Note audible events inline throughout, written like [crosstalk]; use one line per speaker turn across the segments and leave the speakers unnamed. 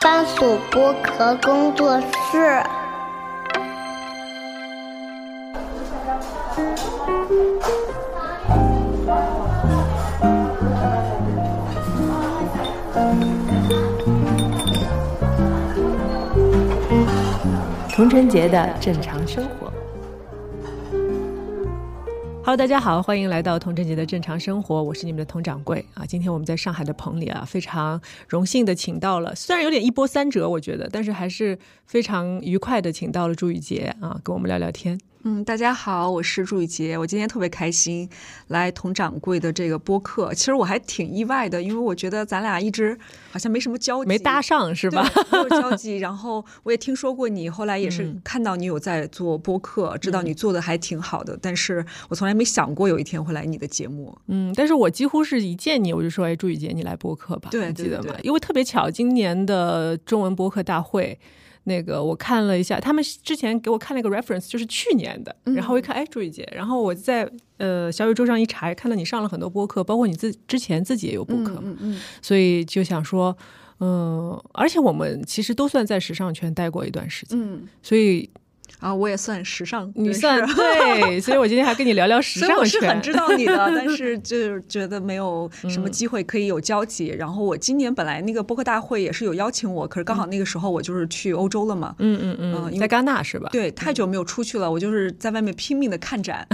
番薯剥壳工作室。
童晨杰的正常生活。Hello，大家好，欢迎来到童晨杰的正常生活，我是你们的童掌柜啊。今天我们在上海的棚里啊，非常荣幸的请到了，虽然有点一波三折，我觉得，但是还是非常愉快的请到了朱雨杰啊，跟我们聊聊天。
嗯，大家好，我是祝雨杰，我今天特别开心来佟掌柜的这个播客。其实我还挺意外的，因为我觉得咱俩一直好像没什么交集，
没搭上是吧？
对没有交集。然后我也听说过你，后来也
嗯
是看到你有在做播客，知道你做的还挺好的，但是我从来没想过有一天会来你的节目。
嗯，但是我几乎是一见你，我就说，哎，朱雨杰，你来播客吧，
对
你记
对
得吗
对？
因为特别巧，今年的中文播客大会。那个我看了一下，他们之前给我看了一个 reference，就是去年的，
嗯
然后我一看，哎，朱雨杰，然后我在呃小宇宙上一查，也看到你上了很多播客，包括你自之前自己也有播客嘛，
嗯
所以就想说，嗯，而且我们其实都算在时尚圈待过一段时间，
嗯，
所以
啊，我也算时尚人士，
你算对，所以我今天还跟你聊聊时
[laughs] 所以我
尚
是
圈
很，知道你的， [laughs] 嗯但是就是觉得没有什么机会可以有交集。然后我今年本来那个播客大会也是有邀请我，可是刚好那个时候我就是去欧洲了嘛，
嗯嗯
呃
嗯，
因
在
为
戛纳是吧？
对，太久没有出去了，我就是在外面拼命的看 [laughs] 展，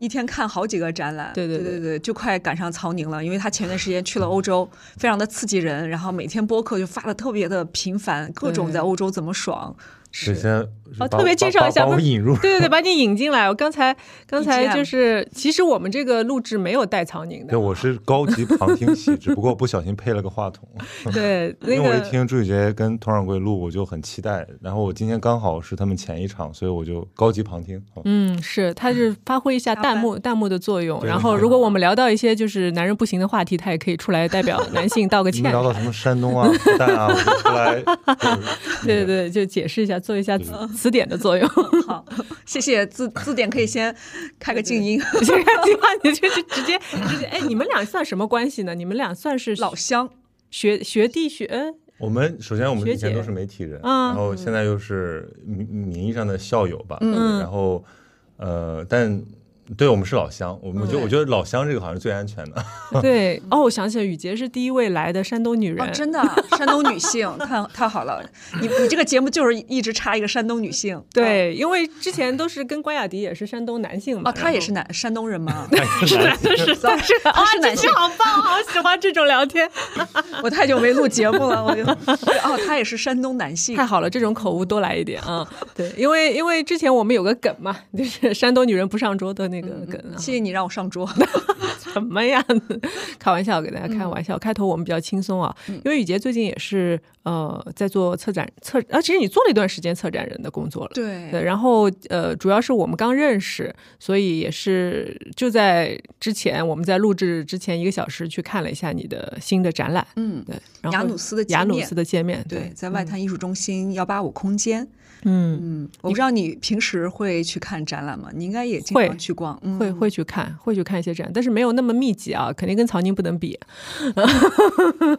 一天看好几个展览。
对对
对
对
对就快赶上曹宁了，因为他前段时间去了欧洲，非常的刺激人，然后每天播客就发的特别的频繁，各种
对
在欧洲怎么爽。
是
首先
哦
把
特别介绍一下
把把
不 [laughs]
我
是
引入，
对对对，把你引进来。我刚才刚才
BGM
就是，其实我们这个录制没有带曹宁
对，
的，
我是高级旁听席，只不过不小心配了个话筒。 [laughs]
对那
因为我一
个。
听朱雨杰跟佟掌柜录，我就很期待。然后我今天刚好是他们前一场，所以我就高级旁听。嗯
嗯，是，他是发挥一下
加
弹幕弹幕的作用。
对
然后，如果我们聊到一些就是男人不行的话题，他也可以出来代表男性道个
你
歉
们。聊到什么山
[laughs]
东啊、复旦啊，我就出来。就是
对对，对，就解释一下，做一下词词典的作用。 [laughs]
好，谢谢字字典可以先开个静音，
这个计划你就就直接直接，哎，你们俩算什么关系呢？你们俩算是
老乡。
学学弟学，嗯
我们首先我们
学
以前
姐
都是媒体人，
嗯
然后现在又是名名义上的校友吧，
嗯
对然后呃，但对我们是老乡，我们觉得
嗯
我觉得老乡这个好像是最安全的。
对。哦，我想起来，雨洁是第一位来的山东女人，
哦，真的啊，山东女性，太太好了！你你这个节目就是一直插一个山东女性，哦，
对，因为之前都是跟关雅迪也是山东男性嘛，
哦，她也是南山东人吗？ [laughs]
[laughs] 是哦
她是她是男性，
好棒，好喜欢这种聊天，
我太久没录节目了，我就对哦，她也是山东男
[laughs]
性
太，好了，这种口误多来一点啊。对，因为因为之前我们有个梗嘛， [laughs] 就是山东女人不上桌的那个梗啊， [laughs]
谢谢你让我上桌。
什么呀？开玩笑，给大家开个玩笑。开头我们比较轻松啊，因为雨洁最近也是呃在做策展策，啊，其实你做了一段时间策展人的工作了。对，
[laughs] 对，
然后呃，主要是我们刚认识，所以也是就在之前，我们在录制之前一个小时去看了一下你的新的展览，
嗯，
对，然后
雅努斯的
雅
见
努
面
斯的界面，
对，，在外滩艺术中心幺八五空间，
嗯，
嗯，我不知道你平时会去看展览吗？你应该也经
会
常去逛，嗯
会会去看，会去看一些展，但是没有那么密集啊，肯定跟曹宁不能比，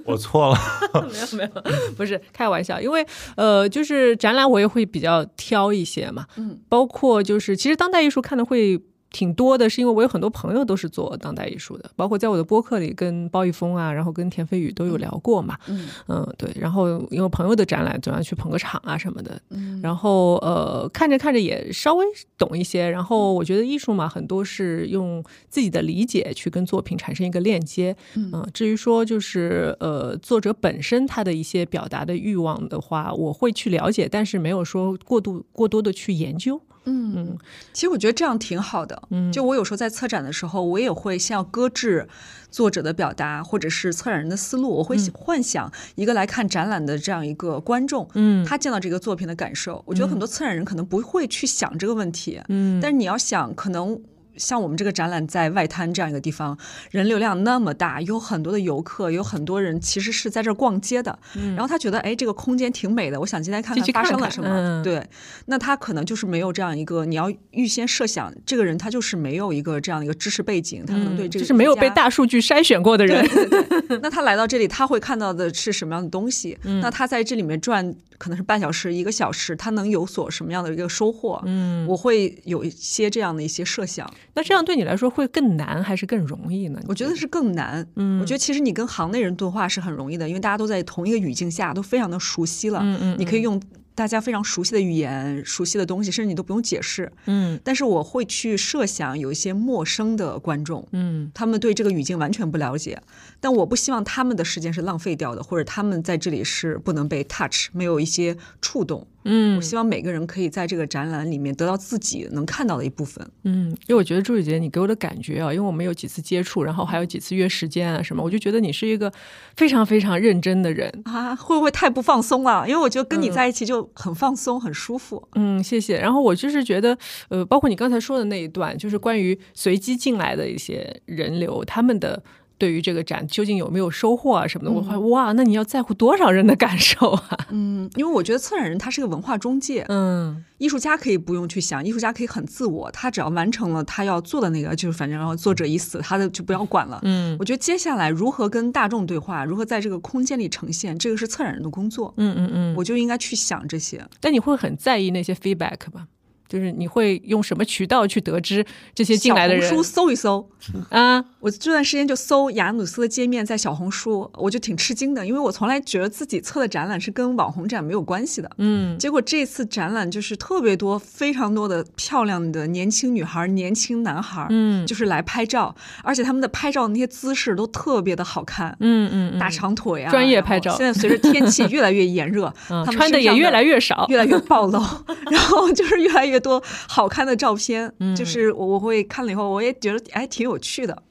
我错了，
没有 [laughs] 没有，不是开玩笑，因为呃，就是展览我也会比较挑一些嘛，
嗯，
包括就是其实当代艺术看的会。挺多的，是因为我有很多朋友都是做当代艺术的，包括在我的播客里跟包奕峰啊，然后跟田飞宇都有聊过嘛。
嗯
嗯，对。然后因为朋友的展览总要去捧个场啊什么的，
嗯
然后呃，看着看着也稍微懂一些。然后我觉得艺术嘛，很多是用自己的理解去跟作品产生一个链接。
嗯
至于说就是呃，作者本身他的一些表达的欲望的话，我会去了解，但是没有说过度过多的去研究。
嗯，其实我觉得这样挺好的。
嗯
就我有时候在策展的时候，我也会先要搁置作者的表达，或者是策展人的思路，我会
嗯
幻想一个来看展览的这样一个观众，
嗯
他见到这个作品的感受。我觉得很多策展人可能不会去想这个问题，
嗯
但是你要想，可能像我们这个展览在外滩这样一个地方，人流量那么大，有很多的游客，有很多人其实是在这儿逛街的。然后他觉得，哎，这个空间挺美的，我想进来看
嗯进
看
去
发生
看
了
看
什么。
嗯
对，那他可能就是没有这样一个，你要预先设想，这个人他就是没有一个这样的一个知识背景，他可能对这个、
嗯就是没有被。大数据筛选过的人， [laughs]
那他来到这里，他会看到的是什么样的东西？
嗯
那他在这里面转可能是半小时、一个小时，他能有所什么样的一个收获？嗯，我会有一些这样的一些设想。
那这样对你来说会更难还是更容易呢？
我觉得是更难。嗯，我觉得其实你跟行内人对话是很容易的，因为大家都在同一个语境下，都非常的熟悉了。
嗯嗯
你可以用大家非常熟悉的语言、熟悉的东西，甚至你都不用解释。
嗯
但是我会去设想有一些陌生的观众，
嗯
他们对这个语境完全不了解，但我不希望他们的时间是浪费掉的，或者他们在这里是不能被 touch，没有一些触动。
嗯
我希望每个人可以在这个展览里面得到自己能看到的一部分。
嗯，因为我觉得朱雨杰，你给我的感觉啊，因为我们有几次接触，然后还有几次约时间啊什么，我就觉得你是一个非常非常认真的人。
啊，会不会太不放松了？因为我觉得跟你在一起就很放松，很舒服。
嗯，谢谢。然后我就是觉得，呃，包括你刚才说的那一段，就是关于随机进来的一些人流，他们的对于这个展究竟有没有收获啊什么的，我会哇，那你要在乎多少人的感受啊？
嗯，因为我觉得策展人他是个文化中介，
嗯
艺术家可以不用去想，艺术家可以很自我，他只要完成了他要做的那个，就是反正作者已死，他的就不要管了。
嗯
我觉得接下来如何跟大众对话，如何在这个空间里呈现，这个是策展人的工作，
[laughs] 嗯嗯嗯。
我就应该去想这些。
但你会很在意那些 feedback 吧？就是你会用什么渠道去得知这些进来的
小
人
红书搜一搜，
啊？
我这段时间就搜雅努斯的界面在小红书，我就挺吃惊的，因为我从来觉得自己策的展览是跟网红展没有关系的。
嗯
结果这次展览就是特别多、非常多的漂亮的年轻女孩、年轻男孩，
嗯
就是来拍照，而且他们的拍照的那些姿势都特别的好看，
嗯嗯嗯，
大长腿啊，
专业
然后
拍照
现在随着天气越来越炎热，
[laughs] 嗯
他们
穿的
身
也
上 [laughs]
越来越少。
越来越暴露， [laughs] 然后就是越来越多好看的照片，
嗯
就是我我会看了以后，我也觉得哎挺有趣的。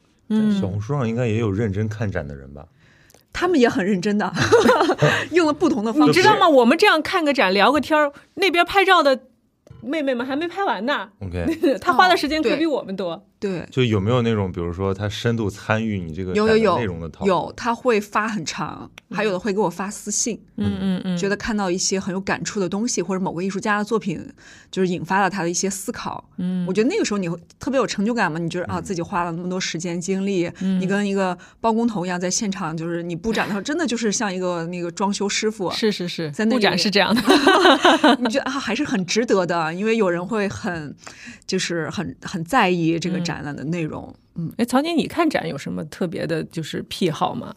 小红书上应该也有认真看展的人吧？
他们也很认真
[laughs]
的，用了不同的方
你
式。
知道吗？我们这样看个展、聊个天儿，那边拍照的妹妹们还没拍完 [laughs] 呢，
OK，
她花的时间可
对
比我们多。
对，
就有没有那种，比如说他深度参与你这个
有有
展的内容的
有嗯
讨论？
有，他会发很长，还有的会给我发私信，
嗯嗯嗯
觉得看到一些很有感触的东西，或者某个艺术家的作品，就是引发了他的一些思考。嗯，我觉得那个时候你会特别有成就感嘛，你觉得啊自己花了那么多时间精力，你跟一个包工头一样在现场，就是你布展的时候，真的就是像一个那个装修师傅，
嗯是是是
在，那
布
里
展是这样的。
[laughs]
[laughs]
你觉得啊还是很值得的，因为有人会很就是很很在意这个展览的内容。
哎，曹宁，你看展有什么特别的，就是癖好吗？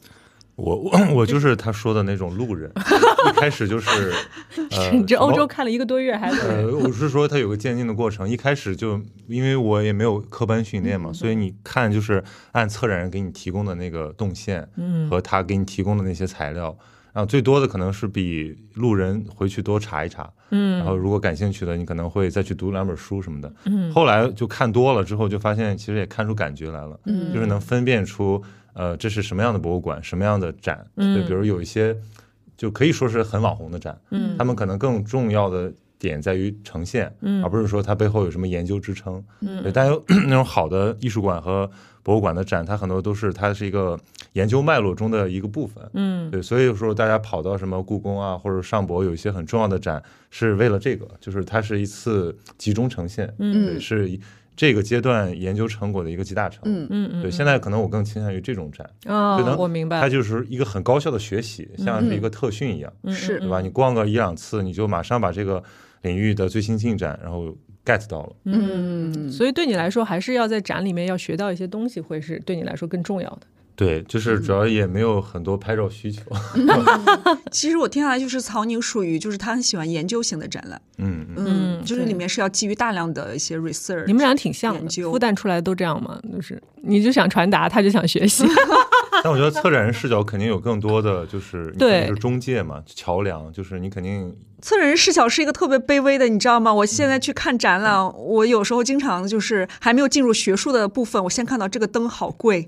我我 [coughs] 我就是他说的那种路人， [laughs] 一开始就是，呃，
你这欧
什
洲
么
看了一个多月，还
[laughs] 呃，我是说它有个渐进的过程。一开始就因为我也没有科班训练嘛，所以你看就是按策展人给你提供的那个动线，嗯，和他给你提供的那些材料，然后最多的可能是比路人回去多查一查，嗯，然后如果感兴趣的，你可能会再去读两本书什么的。嗯，后来就看多了之后，就发现其实也看出感觉来了，嗯，就是能分辨出呃这是什么样的博物馆，什么样的展，对，比如有一些。就可以说是很网红的展，嗯，他们可能更重要的点在于呈现，嗯，而不是说它背后有什么研究支撑，嗯，对，但有 [clears throat] 那种好的艺术馆和博物馆的展，它很多都是它是一个研究脉络中的一个部分，嗯，对，所以有时候大家跑到什么故宫啊或者上博，有一些很重要的展是为了这个，就是它是一次集中呈现，嗯对，是一这个阶段研究成果的一个集大成，嗯嗯嗯，对，现在可能我更倾向于这种展，就
哦
能，
我明白
它
了。
就是一个很高效的学习，像是一个特训一样，
是
对吧？你逛个一两次，你就马上把这个领域的最新进展，然后 get 到了。
嗯，
所以对你来说，还是要在展里面要学到一些东西，会是对你来说更重要的。
对，就是主要也没有很多拍照需求。 [laughs]
其实我听下来就是曹宁属于就是他很喜欢研究型的展览，
嗯，嗯
嗯，就是
对
里面是要基于大量的一些 research。
你们俩挺像的
研，究
复旦出来都这样嘛，就是你就想传达，他就想学习。
但我觉得策展人视角肯定有更多的，就是你
对
肯定是中介嘛，桥梁，就是你肯定
策展人视角是一个特别卑微的，你知道吗？我现在去看展览，我有时候经常就是还没有进入学术的部分，我先看到这个灯
[laughs]
好贵，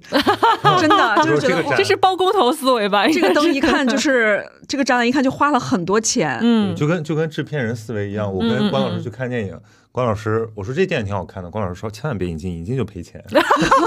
真的就是觉
这 [laughs]
得哇
个展
哦这是包工头思维吧？
这个灯一
[laughs]
看就是这个展览一看就花了很多钱，
对就跟就跟制片人思维一样，我跟关老师去看电影，关老师我说这电影挺好看的，关老师说千万别引进，引进就赔 [laughs] 钱，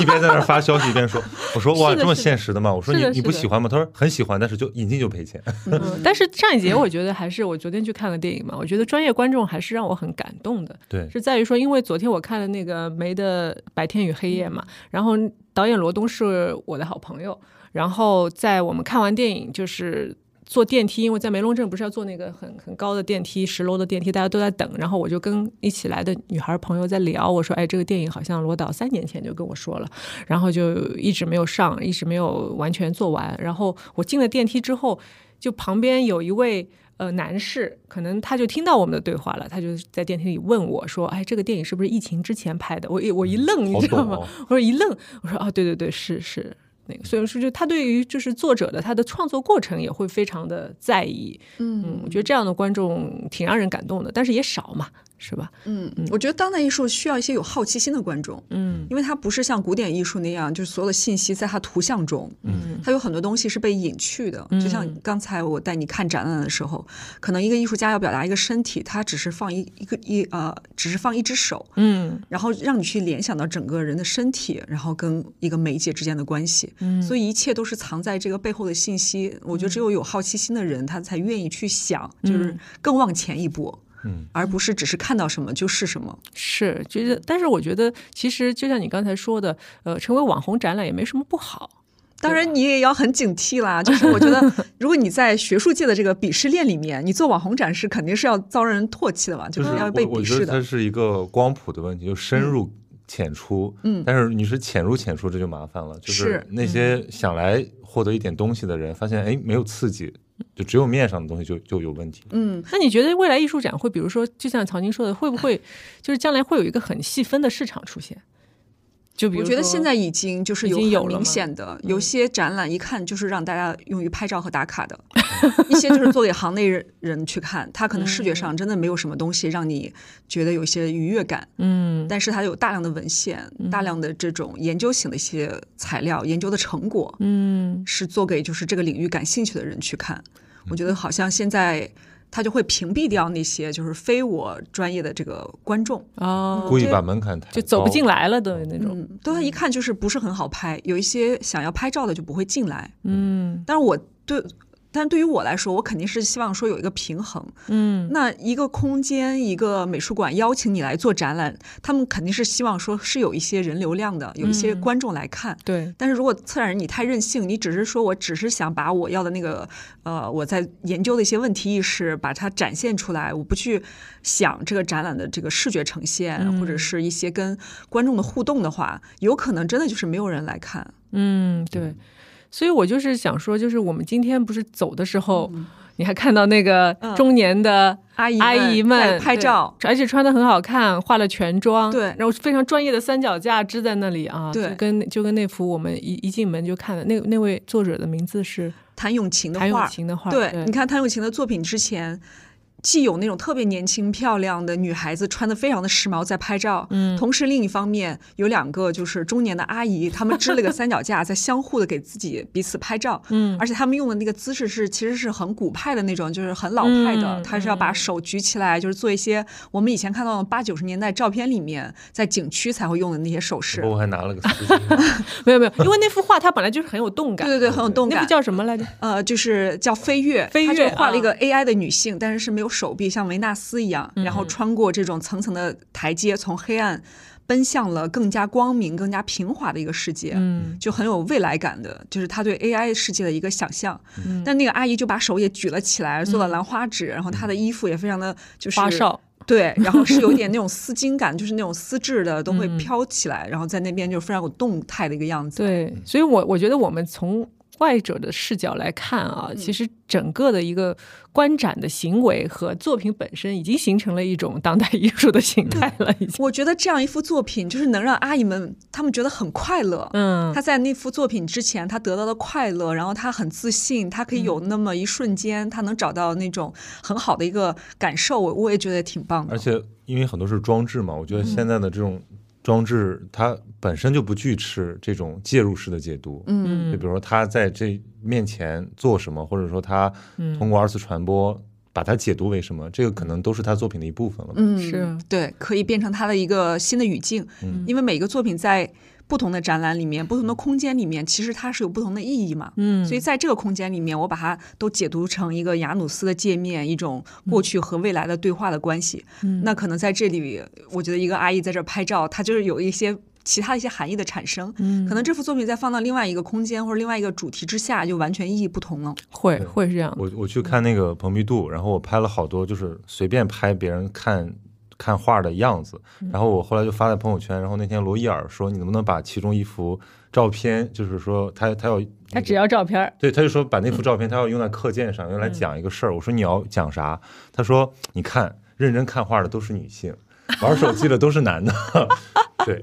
一边在那儿发消息一边说，我 [laughs] 说哇
是的
这么
是的
现实的吗？我说
是
你
的
你不
是的
喜欢吗？他说很喜欢，但是就引进就赔钱。
嗯但是上一节我觉得还是我昨天去看了电影嘛，我觉得专业观众还是让我很感动的，
[laughs] 对，
是在于说，因为昨天我看了那个梅的《白天与黑夜》嘛，然后导演罗东是我的好朋友，然后在我们看完电影就是。坐电梯，因为在梅龙镇不是要坐那个很很高的电梯，十楼的电梯，大家都在等。然后我就跟一起来的女孩朋友在聊，我说：“哎，这个电影好像罗导三年前就跟我说了，然后就一直没有上，一直没有完全做完。然后我进了电梯之后，就旁边有一位呃男士，可能他就听到我们的对话了，他就在电梯里问我说：“哎，这个电影是不是疫情之前拍的？”我一我一愣，你
好
知道
懂
吗？
哦，
我说一愣，我说：“哦，对对对，是是。”那个，所以说，就他对于就是作者的他的创作过程也会非常的在意，嗯，我觉得这样的观众挺让人感动的，但是也少嘛，是吧？
嗯，我觉得当代艺术需要一些有好奇心的观众，
嗯，
因为它不是像古典艺术那样，就是所有的信息在它图像中，嗯，它有很多东西是被隐去的。就像刚才我带你看展览的时候，可能一个艺术家要表达一个身体，他只是放一一个一呃，只是放一只手，
嗯，
然后让你去联想到整个人的身体，然后跟一个媒介之间的关系。嗯，所以一切都是藏在这个背后的信息。我觉得只有有好奇心的人，他才愿意去想，就是更往前一步。
嗯，
而不是只是看到什么就是什么。
是，觉得，但是我觉得，其实就像你刚才说的，呃，成为网红展览也没什么不好。
当
啊
然，你也要很警惕啦。就是我觉得，如果你在学术界的这个鄙视链里面，你做网红展示肯定是要遭人唾弃的嘛，就
就是是
嗯要
我
被
我
鄙
觉
视
得
的
它。是一个光谱的问题，就深入浅出。嗯，但是你是浅入浅出，这就麻烦了。就是那些想来获得一点东西的人，发现哎没有刺激，就只有面上的东西就就有问题。
嗯，
那你觉得未来艺术展会，比如说，就像曹宁说的，会不
[laughs]
会就是将来会有一个很细分的市场出现？就比
我
如
觉得
说
现在已经就是
已
有
经有
很
了
明
吗嗯
显的，有些展览一看就是让大家用于拍照和打卡的，一些就是做给行内人人去看，他可能视觉上真的没有什么东西让你觉得有一些愉悦感，
嗯
但是它有大量的文献，大量的这种研究型的一些材料、研究的成果，
嗯
是做给就是这个领域感兴趣的人去看。我觉得好像现在他就会屏蔽掉那些就是非我专业的这个观众，嗯
哦，
故意把门槛抬
就走不
高
进。来了的那种。
嗯，对他一看就是不是很好拍，有一些想要拍照的就不会进来。
嗯
但是我对，但是对于我来说，我肯定是希望说有一个平衡。
嗯
那一个空间，一个美术馆邀请你来做展览，他们肯定是希望说是有一些人流量的，有一些观众来看。
对，
但是如果策展人你太任性，你只是说我只是想把我要的那个呃我在研究的一些问题意识把它展现出来，我不去想这个展览的这个视觉呈现、或
嗯
者是一些跟观众的互动的话，有可能真的就是没有人来看。
嗯对。所以我就是想说，就是我们今天不是走的时候， [laughs] 你还看到那个中年的
嗯阿姨
阿姨们
在拍照，，
对而且穿的很好看，化了全妆，
对
然后非常专业的三脚架支在那里啊，
对
就跟就跟那幅我们一一进门就看的那那位作者的名字是
谭咏麟的
谭咏
画儿，
麟的画，
对，
对
你看谭咏麟的作品之前。既有那种特别年轻漂亮的女孩子穿的非常的时髦在拍照，嗯，同时另一方面有两个就是中年的阿姨，她们支了个三脚架在相互的给自己彼此拍照，嗯，而且她们用的那个姿势是其实是很古派的那种，就是很老派的，
嗯
她是要把手举起来，就是做一些我们以前看到的八九十年代照片里面在景区才会用的那些手势，
我还拿了个丝巾
没有没有，因为那幅画它本来就是很有动感，
对对对，很有动
那
感
幅。叫什么来着？
呃，就是叫飞跃，
飞
他
跃啊
就画了一个 AI 的女性，但是是没有手臂，像维纳斯一样，然后
嗯
穿过这种层层的台阶，从黑暗奔向了更加光明、更加平滑的一个世界，
嗯
就很有未来感的，就是他对 AI 世界的一个想象。
嗯
但那个阿姨就把手也举了起来，做了兰花指，然后她的衣服也非常的就是
花哨，
对，然后是有点那种丝巾感，就是那种丝质的都
嗯
会飘起来，然后在那边就非常有动态的一个样子。
对，所以我我觉得我们从外者的视角来看啊，
嗯
其实整个的一个观展的行为和作品本身已经形成了一种当代艺术的形态了，已经。
我觉得这样一幅作品，就是能让阿姨们她们觉得很快乐。
嗯，
她在那幅作品之前，她得到的快乐，然后她很自信，她可以
嗯
有那么一瞬间，她能找到那种很好的一个感受，我我也觉得挺棒的。
[laughs] 而且因为很多是装置嘛，我觉得现在的这种装置，它本身就不拒斥这种介入式的解读。
嗯
就比如说他在这面前做什么，或者说他通过二次传播把它解读为什么，这个可能都是他作品的一部分了。
嗯，
是
对，可以变成他的一个新的语境，
嗯
因为每个作品在不同的展览里面、不同的空间里面，其实它是有不同的意义嘛。
嗯
所以在这个空间里面，我把它都解读成一个雅努斯的界面，一种
嗯
过去和未来的对话的关系。那可能在这里，我觉得一个阿姨在这儿拍照，她就是有一些。其他一些含义的产生，
嗯
可能这幅作品再放到另外一个空间或者另外一个主题之下，就完全意义不同了。
会
嗯
会是这样的，
我我去看那个蓬皮杜，然后我拍了好多，就是随便拍别人看看画的样子，然后我后来就发在朋友圈，然后那天罗伊尔说你能不能把其中一幅照片，就是说他他要
他只要照片儿，
对，他就说把那幅照片他要用在课件上，用来讲一个事儿。我说你要讲啥？他说你看认真看画的都是女性，玩手机的都是男的。 [laughs] 对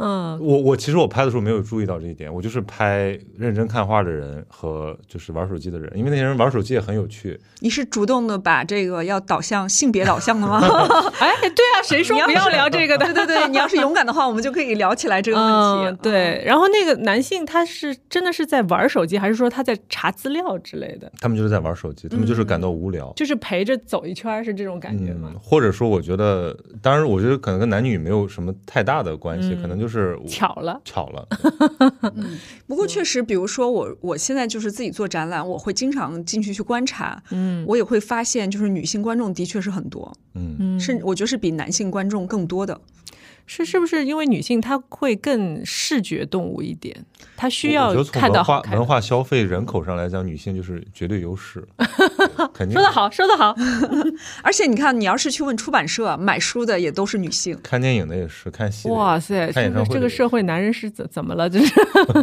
嗯
我我其实我拍的时候没有注意到这一点，我就是拍认真看画的人和就是玩手机的人，因为那些人玩手机也很有趣。
你是主动的把这个要导向性别导向的吗？ [laughs]
哎，对啊，谁说不要聊这个的？
嗯对对对，你要是勇敢的话，我们就可以聊起来这个问
嗯，
题。啊
对。然后那个男性他是真的是在玩手机，还是说他在查资料之类的？
他们就是在玩手机，他们就是感到
嗯
无聊。
就是陪着走一圈儿是这种感觉吗
嗯，？或者说，我觉得，当然，我觉得可能跟男女没有什么太大的关系，
嗯
可能就是我
巧了，
巧了，
不过确实，比如说我我现在就是自己做展览，我会经常进去去观察，
嗯，
我也会发现，就是女性观众的确是很多，
嗯，
嗯
是我觉得是比男性观众更多的。
是是不是因为女性她会更视觉动物一点，她需
我
要
觉得从
看到
文化
好看的
文化消费人口上来讲，女性就是绝对优势，对肯定，
说得好，说得好，
而且你看，你要是去问出版社买书的，也都是女性
看电影的也是，看戏的也是
哇塞！
看
这
演唱
个这
会
个
的
社会，男人是怎怎么了？就是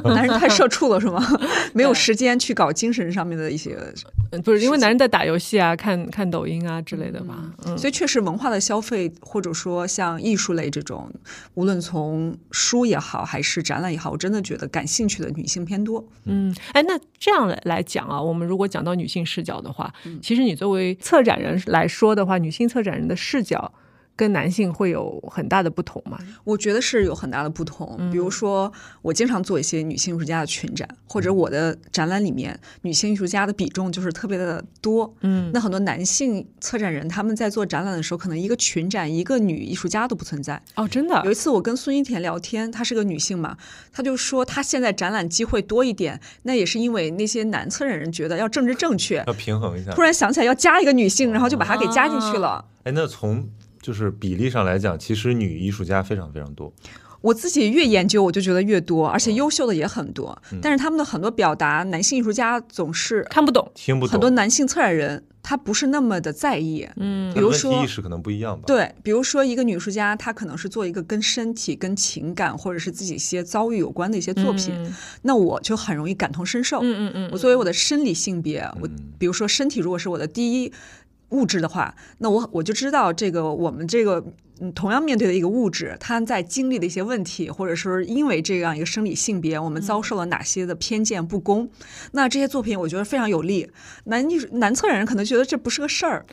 [laughs]
男人太社畜了是吗？没有时间去搞精神上面的一些，
不是因为男人在打游戏啊、看看抖音啊之类的吧？嗯，
所以确实文化的消费，或者说像艺术类这种，无论从书也好，还是展览也好，我真的觉得感兴趣的女性偏多。
嗯，哎，那这样来来讲啊，我们如果讲到女性视角的话，其实你作为策展人来说的话，女性策展人的视角跟男性会有很大的不同嘛？
我觉得是有很大的不同。比如说，我经常做一些女性艺术家的群展，或者我的展览里面女性艺术家的比重就是特别的多。
嗯，
那很多男性策展人他们在做展览的时候，可能一个群展一个女艺术家都不存在。
哦，真的
有一次我跟孙一田聊天，她是个女性嘛，她就说她现在展览机会多一点，那也是因为那些男策展人觉得要政治正确，
要平衡一下
突。然想起来要加一个女性，然后就把她给加进去了。
哎，那从就是比例上来讲，其实女艺术家非常非常多，
我自己越研究，我就觉得越多，而且优秀的也很多。
嗯
但是他们的很多表达，男性艺术家总是
看不懂。
听不懂
很多男性策展人他不是那么的在意。
嗯
他
比
们
如
问题
说
意识可能不一样吧。，
对，比如说一个女艺术家，她可能是做一个跟身体、跟情感或者是自己一些遭遇有关的一些作品，那我就很容易感同身受。
嗯嗯嗯嗯，
我作为我的生理性别，我
嗯
比如说身体如果是我的第一物质的话，那我我就知道这个我们这个嗯同样面对的一个物质，它在经历的一些问题，或者说因为这样一个生理性别，我们遭受了哪些的偏见不公，那这些作品我觉得非常有利。男女男策展人可能觉得这不是个事儿，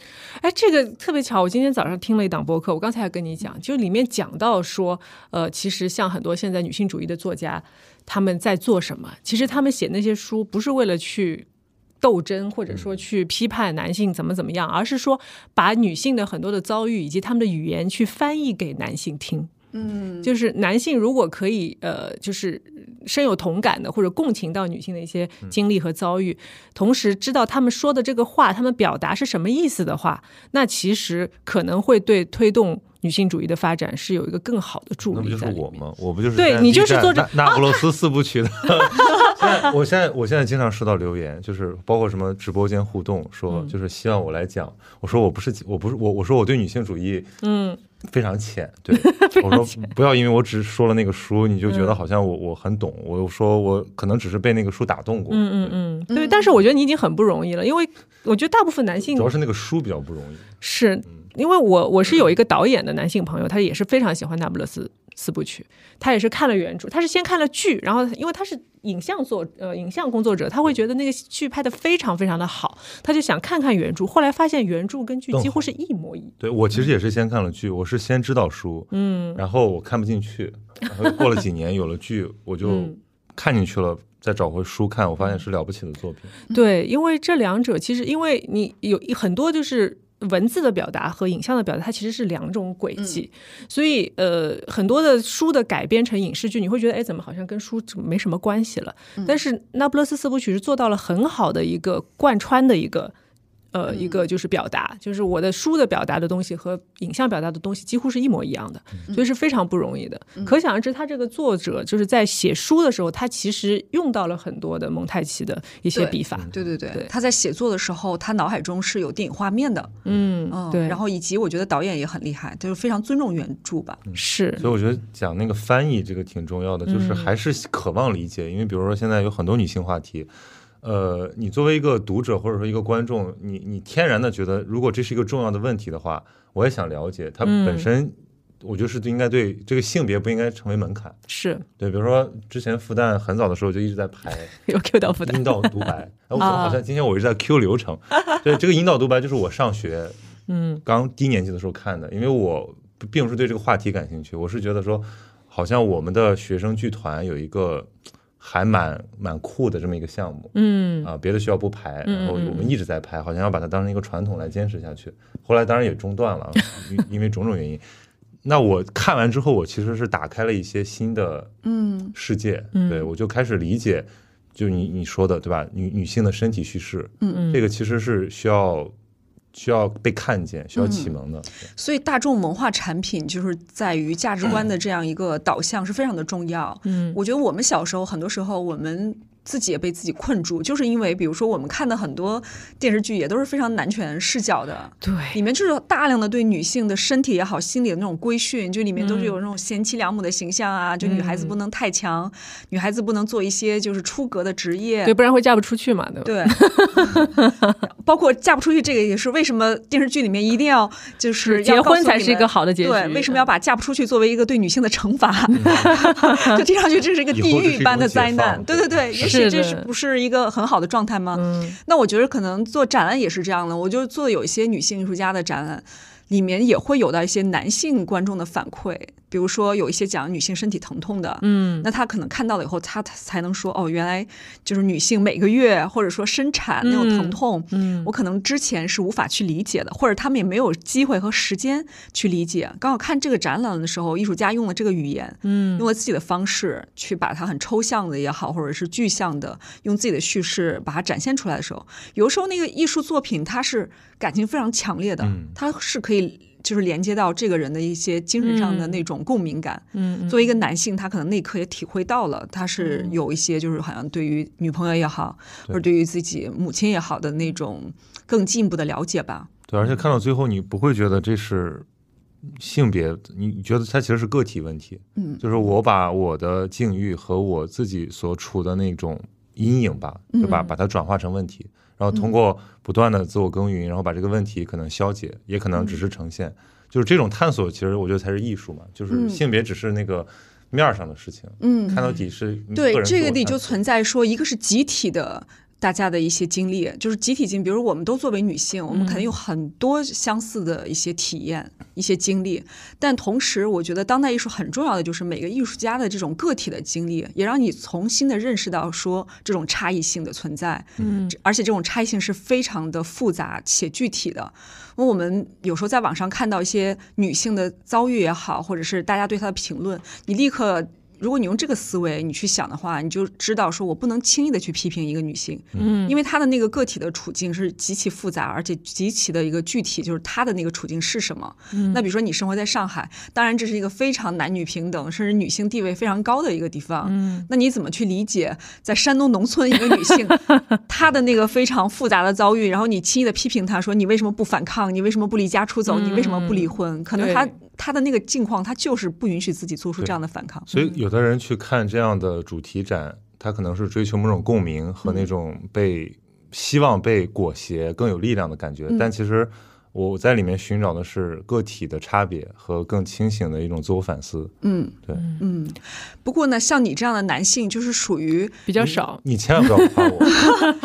哎，这个特别巧，我今天早上听了一档播客，我刚才还跟你讲，就里面讲到说，呃，其实像很多现在女性主义的作家，他们在做什么？其实他们写那些书不是为了去。斗争，或者
嗯
说去批判男性怎么怎么样，而是说把女性的很多的遭遇以及他们的语言去翻译给男性听。
嗯，
就是男性如果可以呃，就是深有同感的或者共情到女性的一些
嗯
经历和遭遇，同时知道他们说的这个话，他们表达是什么意思的话，那其实可能会对推动女性主义的发展是有一个更好的助
那不
力
就
在
是
里
我
面。
吗？我不就是
对
在
你就是
B 站
作者
那那不勒斯四部曲的但 [laughs] 我现在我现在经常收到留言，就是包括什么直播间互动，说就是希望我来讲，我说我不是我不是我我说我对女性主义
嗯，
非常浅， [laughs] 对我说不要因为我只说了那个书，你就觉得好像我我很懂，我说我可能只是被那个书打动过，
嗯嗯嗯，对。但是我觉得你已经很不容易了，因为我觉得大部分男性
主要是嗯那个书比较不容易。
是因为我我是有一个导演的男性朋友，他也是非常喜欢那不勒斯四部曲，他也是看了原著，他是先看了剧，然后因为他是影像作呃影像工作者，他会觉得那个剧拍的非常非常的好，他就想看看原著，后来发现原著跟剧几乎是一模一样。
对我其实也是先看了剧，我是先知道书，嗯，然后我看不进去，然后过了几年有了剧，我就看进去了，再找回书看，我发现是了不起的作品。
对，因为这两者其实，因为你有很多就是文字的表达和影像的表达，它其实是两种轨迹，所以呃，很多的书的改编成影视剧，你会觉得哎，怎么好像跟书怎么没什么关系了？
嗯
但是《那不勒斯四部曲》是做到了很好的一个贯穿的一个。
嗯
呃，一个就是表达，就是我的书的表达的东西和影像表达的东西几乎是一模一样的，
嗯
所以是非常不容易的。可想而知，他这个作者就是在写书的时候，他其实用到了很多的蒙太奇的一些
对
笔法。
对对对，
嗯对
他在写作的时候，他脑海中是有电影画面的，
嗯
嗯，
对，
然后以及我觉得导演也很厉害，就是非常尊重原著吧，
是
所以我觉得讲那个翻译这个挺重要的，就是还是渴望理解，因为比如说现在有很多女性话题。呃，你作为一个读者或者说一个观众，你你天然的觉得，如果这是一个重要的问题的话，我也想了解它本身，我觉得是应该对这个性别不应该成为门槛。
是 [laughs]
对，比如说之前复旦很早的时候就一直在排
有 Q 到复
阴
旦，
道
[laughs]
独白，然后我好
哦
像今天我一直在 Q 流程，对，这个阴道独白就是我上学
[laughs] 嗯
刚低年级的时候看的，因为我并不是对这个话题感兴趣，我是觉得说，好像我们的学生剧团有一个还蛮蛮酷的这么一个项目。
嗯
啊，别的学校不排，然后我们一直在排，好像要把它当成一个传统来坚持下去。后来当然也中断了，因因为种种原因。那我看完之后，我其实是打开了一些新的
嗯，
世界，对我就开始理解，就你你说的对吧？女女性的身体叙事，
嗯
嗯，这个其实是需要需要被看见、需要启蒙的。
所以大众文化产品就是在于价值观的这样一个导向是非常的重要。
嗯，
我觉得我们小时候很多时候我们。自己也被自己困住，就是因为比如说我们看的很多电视剧也都是非常男权视角的，里
对，
面就是有大量的对女性的身体也好、心理的那种规训，就里面都是
嗯
有那种贤妻良母的形象啊，就女孩子不能太强，女孩子不能做一些就是出格的职业，
对，不然会嫁不出去嘛，对吧？
对， [laughs] 包括嫁不出去这个也是为什么电视剧里面一定要就是
结
要告诉
婚才是一
你们
个好的结局
对，为什么要把嫁不出去作为一个对女性的惩罚？ [laughs] 就听上去这是一个
嗯以后
地
这是
狱
一
般
种
的
解
灾难。
放
对对对，也许
是
这
的
是不是一个很好的状态吗？
嗯
那我觉得可能做展览也是这样的，我就做有一些女性艺术家的展览，里面也会有到一些男性观众的反馈，比如说有一些讲女性身体疼痛的，
嗯
那他可能看到了以后，他才能说哦，原来就是女性每个月或者说生产那种疼痛，
嗯，
我可能之前是无法去理解的，或者他们也没有机会和时间去理解。刚好看这个展览的时候，艺术家用了这个语言，
嗯，
用了自己的方式去把它很抽象的也好，或者是具象的，用自己的叙事把它展现出来的时候，有的时候那个艺术作品它是感情非常强烈的，
嗯
它是可以就是连接到这个人的一些精神上的那种共鸣感。
嗯嗯
作为一个男性，他可能那一刻也体会到了，他是有一些就是好像对于女朋友也好，或者对于自己母亲也好的那种更进一步的了解吧。
对，而且看到最后，你不会觉得这是性别，你觉得它其实是个体问题。
嗯
就是我把我的境遇和我自己所处的那种阴影吧，就
嗯
把把它转化成问题，然后通过不断的自我耕耘，然后把这个问题可能消解，也可能
嗯
只是呈现。就是这种探索，其实我觉得才是艺术嘛。就是
嗯
性别只是那个面儿上的事情，
嗯
看到底是你
对，
人自
这
我
个里
探
就
索
存在说，一个是集体的。大家的一些经历，就是集体经历，比如我们都作为女性，我们肯定有很多相似的一些体验、一些经历。但同时，我觉得当代艺术很重要的就是每个艺术家的这种个体的经历，也让你重新的认识到说这种差异性的存在。
嗯
这而且这种差异性是非常的复杂且具体的。因为我们有时候在网上看到一些女性的遭遇也好，或者是大家对她的评论，你立刻如果你用这个思维你去想的话，你就知道说我不能轻易的去批评一个女性，嗯，因为她的那个个体的处境是极其复杂，而且极其的一个具体，就是她的那个处境是什么。那比如说你生活在上海，当然这是一个非常男女平等，甚至女性地位非常高的一个地方，嗯，那你怎么去理解在山东农村一个女 [laughs] 性她的那个非常复杂的遭遇，然后你轻易的批评她说你为什么不反抗，你为什么不离家出走，你为什么不离婚？可能她
对
她的那个境况，她就是不允许自己做出这样的反抗。
所以有的人去看这样的主题展，他可能是追求某种共鸣和
嗯
那种被希望被裹挟更有力量的感
嗯
觉，但其实我在里面寻找的是个体的差别和更清醒的一种自我反思。
嗯，
对，
嗯，不过呢，像你这样的男性，就是属于
比较少。
你千万不要
[laughs]
夸我。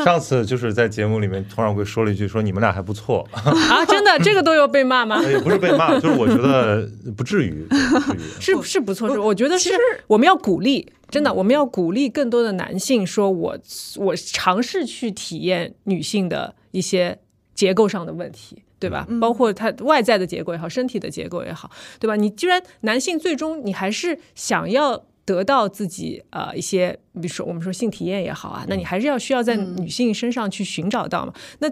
上次就是在节目里面，佟掌柜说了一句说你们俩还不
[laughs]
错，
啊，真的，这个都有被骂吗？
也不是被骂，就是我觉得不至于，不
[laughs]
至于。
是是不错，是我觉得是我们要鼓励，真的，我们要鼓励更多的男性，说我我尝试去体验女性的一些结构上的问题。对吧？包括它外在的结构也好，身体的结构也好，对吧？你居然男性最终你还是想要得到自己呃一些，比如说我们说性体验也好啊，那你还是要需要在女性身上去寻找到嘛。那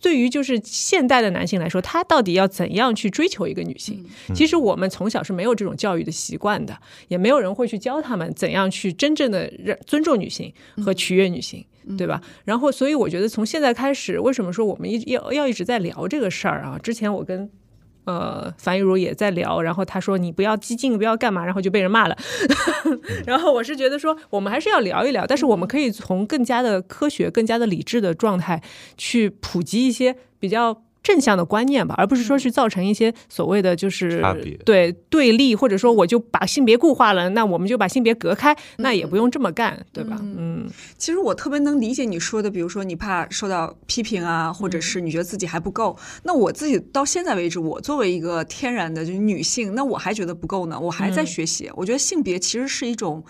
对于就是现代的男性来说，他到底要怎样去追求一个女性？其实我们从小是没有这种教育的习惯的，也没有人会去教他们怎样去真正的让尊重女性和取悦女性，对吧？
嗯
然后，所以我觉得从现在开始，为什么说我们一要要一直在聊这个事儿啊？之前我跟。呃，樊玉茹也在聊，然后她说你不要激进，不要干嘛，然后就被人骂了。 [laughs] 然后我是觉得说，我们还是要聊一聊，但是我们可以从更加的科学、更加的理智的状态去普及一些比较正向的观念吧，而不是说去造成一些所谓的就是
嗯差别
对对立，或者说我就把性别固化了，那我们就把性别隔开，
嗯
那也不用这么干，对吧？嗯
其实我特别能理解你说的，比如说你怕受到批评啊，或者是你觉得自己还不够。那我自己到现在为止，我作为一个天然的就是女性，那我还觉得不够呢，我还在学习。我觉得性别其实是一种。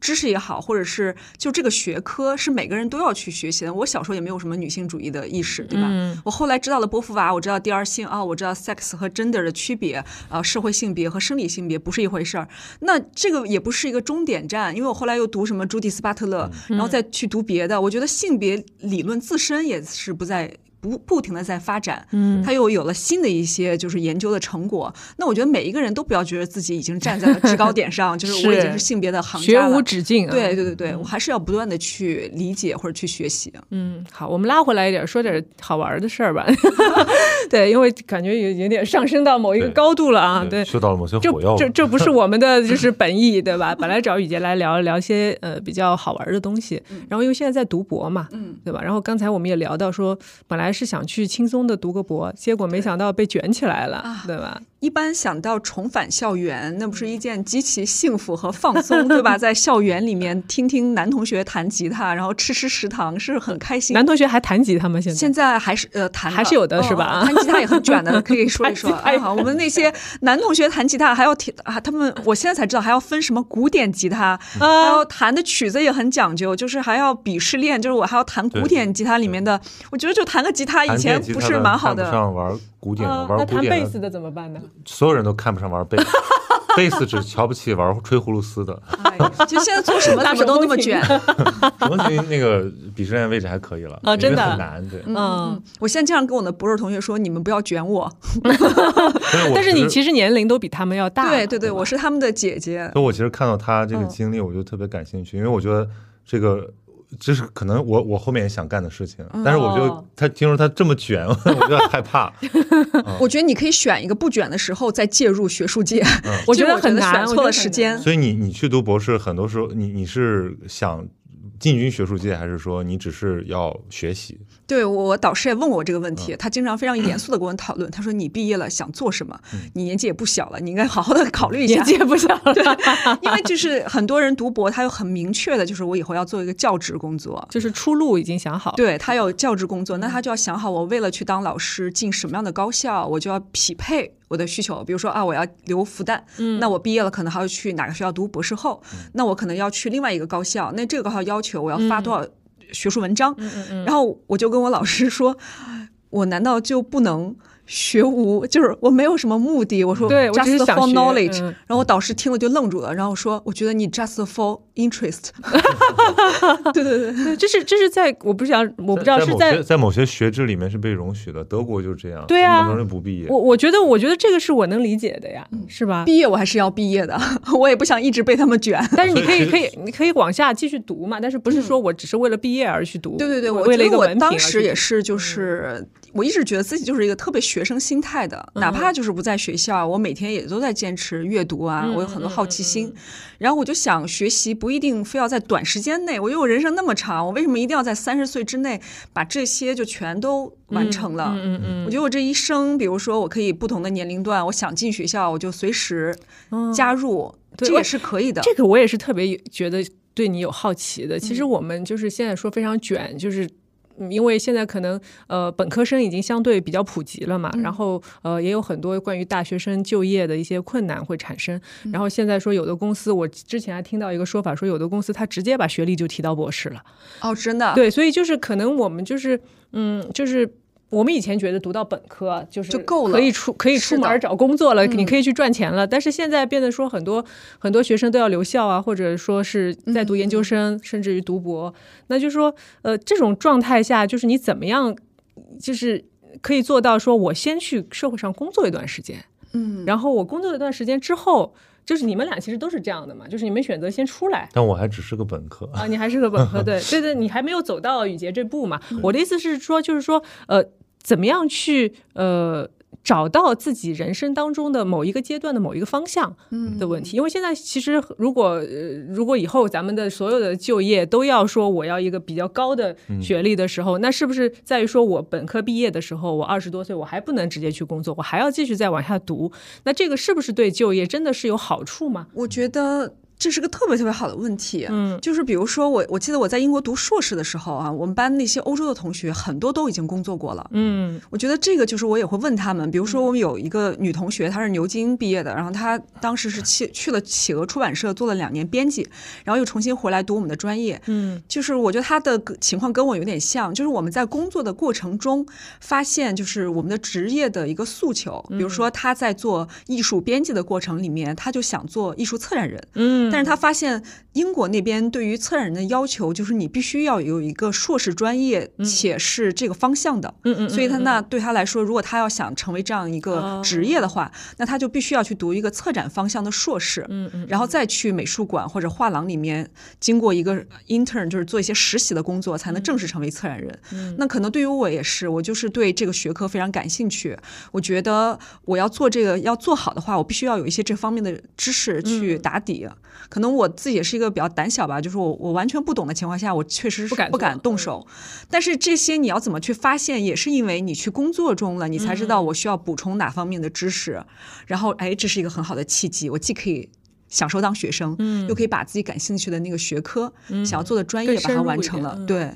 知识也好，或者是就这个学科是每个人都要去学习的。我小时候也没有什么女性主义的意识，对吧？我后来知道了波伏娃，我知道第二性啊，我知道 sex 和 gender 的区别，呃，社会性别和生理性别不是一回事儿。那这个也不是一个终点站，因为我后来又读什么朱迪斯巴特勒，然后再去读别的。我觉得性别理论自身也是不在。不不停的在发展，嗯，他又有了新的一些就是研究的成果。那我觉得每一个人都不要觉得自己已经站在了制高点上， [laughs] 就是我已经
是
是性别的行
学
家了
无止境、啊，
对对对对，我还是要不断的去理解或者去学习。啊
嗯，好，我们拉回来一点，说点好玩的事
[laughs]
儿吧。对，因为感觉有有点上升到某一个
对
高度了啊。对，
嗅到了某些
这
火药味
这。这不 [laughs] 是我们的就是本意，对吧？ [laughs] 本来找雨杰来聊聊些呃比较好玩的东西，然后因为现在在读博嘛，
嗯，
对吧？然后刚才我们也聊到说，本来是想去轻松的读个博，结果没想到被卷起来了
啊，
对吧？
一般想到重返校园，那不是一件极其幸福和放松，对
[laughs]
吧？在校园里面听听男同学弹吉他，然后吃吃食堂，是很开心。
男同学还弹吉他吗？现在
现在还是呃弹了
还是有的是吧
哦弹吉他也很卷
[laughs]
的，可以说一说。
弹吉他也
啊，好我们那些男同学弹吉他还要听啊，他们我现在才知道还要分什么古典吉他，
嗯
还要弹的曲子也很讲究，就是还要鄙视链，就是我还要弹古典吉他里面的，我觉得就弹个吉他以
弹
前
电吉
不
他
是
的
蛮好
看不
的。
上玩古典的，
啊，
玩
那
古
弹贝
典
斯
的，
的怎么办呢？
所有人都看不上玩
[laughs]
贝斯，贝斯只瞧不起玩吹葫芦丝的。
哎呀就现在做什
[laughs]
么
大
怎么都
手
那么
风琴
卷。
什么群那个鄙视链位置还可以了
啊真的
因为很难对。
嗯，
我现在经常跟我的博士同学说，你们不要卷我。
所以我
但是你
实，
其实年龄都比他们要大，
对对对，
吧
我是他们的姐姐。
所以我其实看到他这个
嗯
经历，我就特别感兴趣，因为我觉得这个。这是可能我我后面也想干的事情，但是我
哦
就他听说他这么卷， [laughs] 我就有点害怕。
嗯
我觉得你可以选一个不卷的时候再介入学术界。
嗯
[laughs]
我觉
就是
得
我觉
很
得
难，
选
我
错
觉得
了
很
时
难
间。
所以你你去读博士，很多时候你你是想进军学术界，还是说你只是要学习？
对我导师也问我这个问题，
嗯
他经常非常严肃的跟我讨论。他说：“你毕业了想做什么？你年纪也不小了，你应该好好的考虑一
嗯也
下。”
接不上了，
因为就是很多人读博，他有很明确的，就是我以后要做一个教职工作。
就是出路已经想好了。
对他有教职工作，
嗯
那他就要想好，我为了去当老师进什么样的高校，我就要匹配我的需求。比如说啊，我要留复旦，
嗯
那我毕业了可能还要去哪个学校读博士后，那我可能要去另外一个高校，那这个高校要求我要
嗯
发多少学术文章，然后我就跟我老师说，我难道就不能？学无，就是我没有什么目的。我说
对我只
just
是想
for
学
knowledge，、
嗯
然后我导师听了就愣住了，然后说我觉得你 just for interest。对对对，
对，这是这是在我不是想，我不知道
在
是
某些在某些学制里面是被容许的，德国就这样，
对啊
很多人不毕业。
我我觉得我觉得这个是我能理解的呀，是吧？
嗯毕业我还是要毕业的， [laughs] 我也不想一直被他们卷。
但是你可以
所以其实
可以你可以往下继续读嘛，但是不是说我只是为了毕业而去读？
嗯对对对，
我
我
为了
觉
一
得
个
我
文凭而
当
去
时也
读嗯
是，就是我一直觉得自己就是一个特别学生心态的，
嗯
哪怕就是不在学校啊，我每天也都在坚持阅读啊，
嗯
我有很多好奇心，然后我就想学习不一定非要在短时间内，我觉得我人生那么长，我为什么一定要在三十岁之内把这些就全都完成了？
嗯嗯
我觉得我这一生，比如说我可以不同的年龄段，我想进学校我就随时加入，
嗯对
这也是可以的。
这个我也是特别觉得对你有好奇的。其实我们就是现在说非常卷，就是。嗯因为现在可能呃本科生已经相对比较普及了嘛，然后呃也有很多关于大学生就业的一些困难会产生。然后现在说有的公司，我之前还听到一个说法，说有的公司他直接把学历就提到博士了。
哦，真的，
对，所以就是可能我们就是嗯，就是我们以前觉得读到本科啊就是
就够
可
了
以出可以
是
出门儿
的嗯
找工作了，你可以去赚钱了。但是现在变得说很多很多学生都要留校啊，或者说是在读
嗯
研究生，甚至于读博。那就是说，呃，这种状态下，就是你怎么样，就是可以做到说我先去社会上工作一段时间，
嗯，
然后我工作一段时间之后。就是你们俩其实都是这样的嘛，就是你们选择先出来，
但我还只是个本科，
啊，你还是个本科，对对对，你还没有走到雨杰这步嘛。我的意思是说，就是说，呃，怎么样去呃找到自己人生当中的某一个阶段的某一个方向的问题？因为现在其实如果、呃、如果以后咱们的所有的就业都要说我要一个比较高的学历的时候，那是不是在于说我本科毕业的时候，我二十多岁，我还不能直接去工作，我还要继续再往下读？那这个是不是对就业真的是有好处吗？
我觉得这是个特别特别好的问题。
嗯
就是比如说我，我记得我在英国读硕士的时候啊，我们班那些欧洲的同学很多都已经工作过了。
嗯
我觉得这个就是我也会问他们，比如说我们有一个女同学，她是牛津毕业的，然后她当时是去去了企鹅出版社做了两年编辑，然后又重新回来读我们的专业。
嗯
就是我觉得他的情况跟我有点像，就是我们在工作的过程中发现，就是我们的职业的一个诉求。比如
嗯
说他在做艺术编辑的过程里面，他就想做艺术策展人，
嗯，
但是他发现英国那边对于策展人的要求就是你必须要有一个硕士专业，且是这个方向的。
嗯嗯嗯嗯哦
所以他那对他来说，如果他要想成为这样一个职业的话，那他就必须要去读一个策展方向的硕士。
嗯嗯。
然后再去美术馆或者画廊里面，经过一个 intern，就是做一些实习的工作，才能正式成为策展人。
嗯
那可能对于我也是，我就是对这个学科非常感兴趣。我觉得我要做这个要做好的话，我必须要有一些这方面的知识
嗯
去打底。可能我自己也是一个比较胆小吧，就是我我完全不懂的情况下，我确实是
不敢做
不敢动
嗯
手。但是这些你要怎么去发现，也是因为你去工作中了，你才知
嗯
道我需要补充哪方面的知识。然后，哎，这是一个很好的契机，我既可以享受当学生，嗯，又可以把自己感兴趣的那个学科、想要做的专业
更
把
深
它
入
完
一
成
点
了。
嗯
对，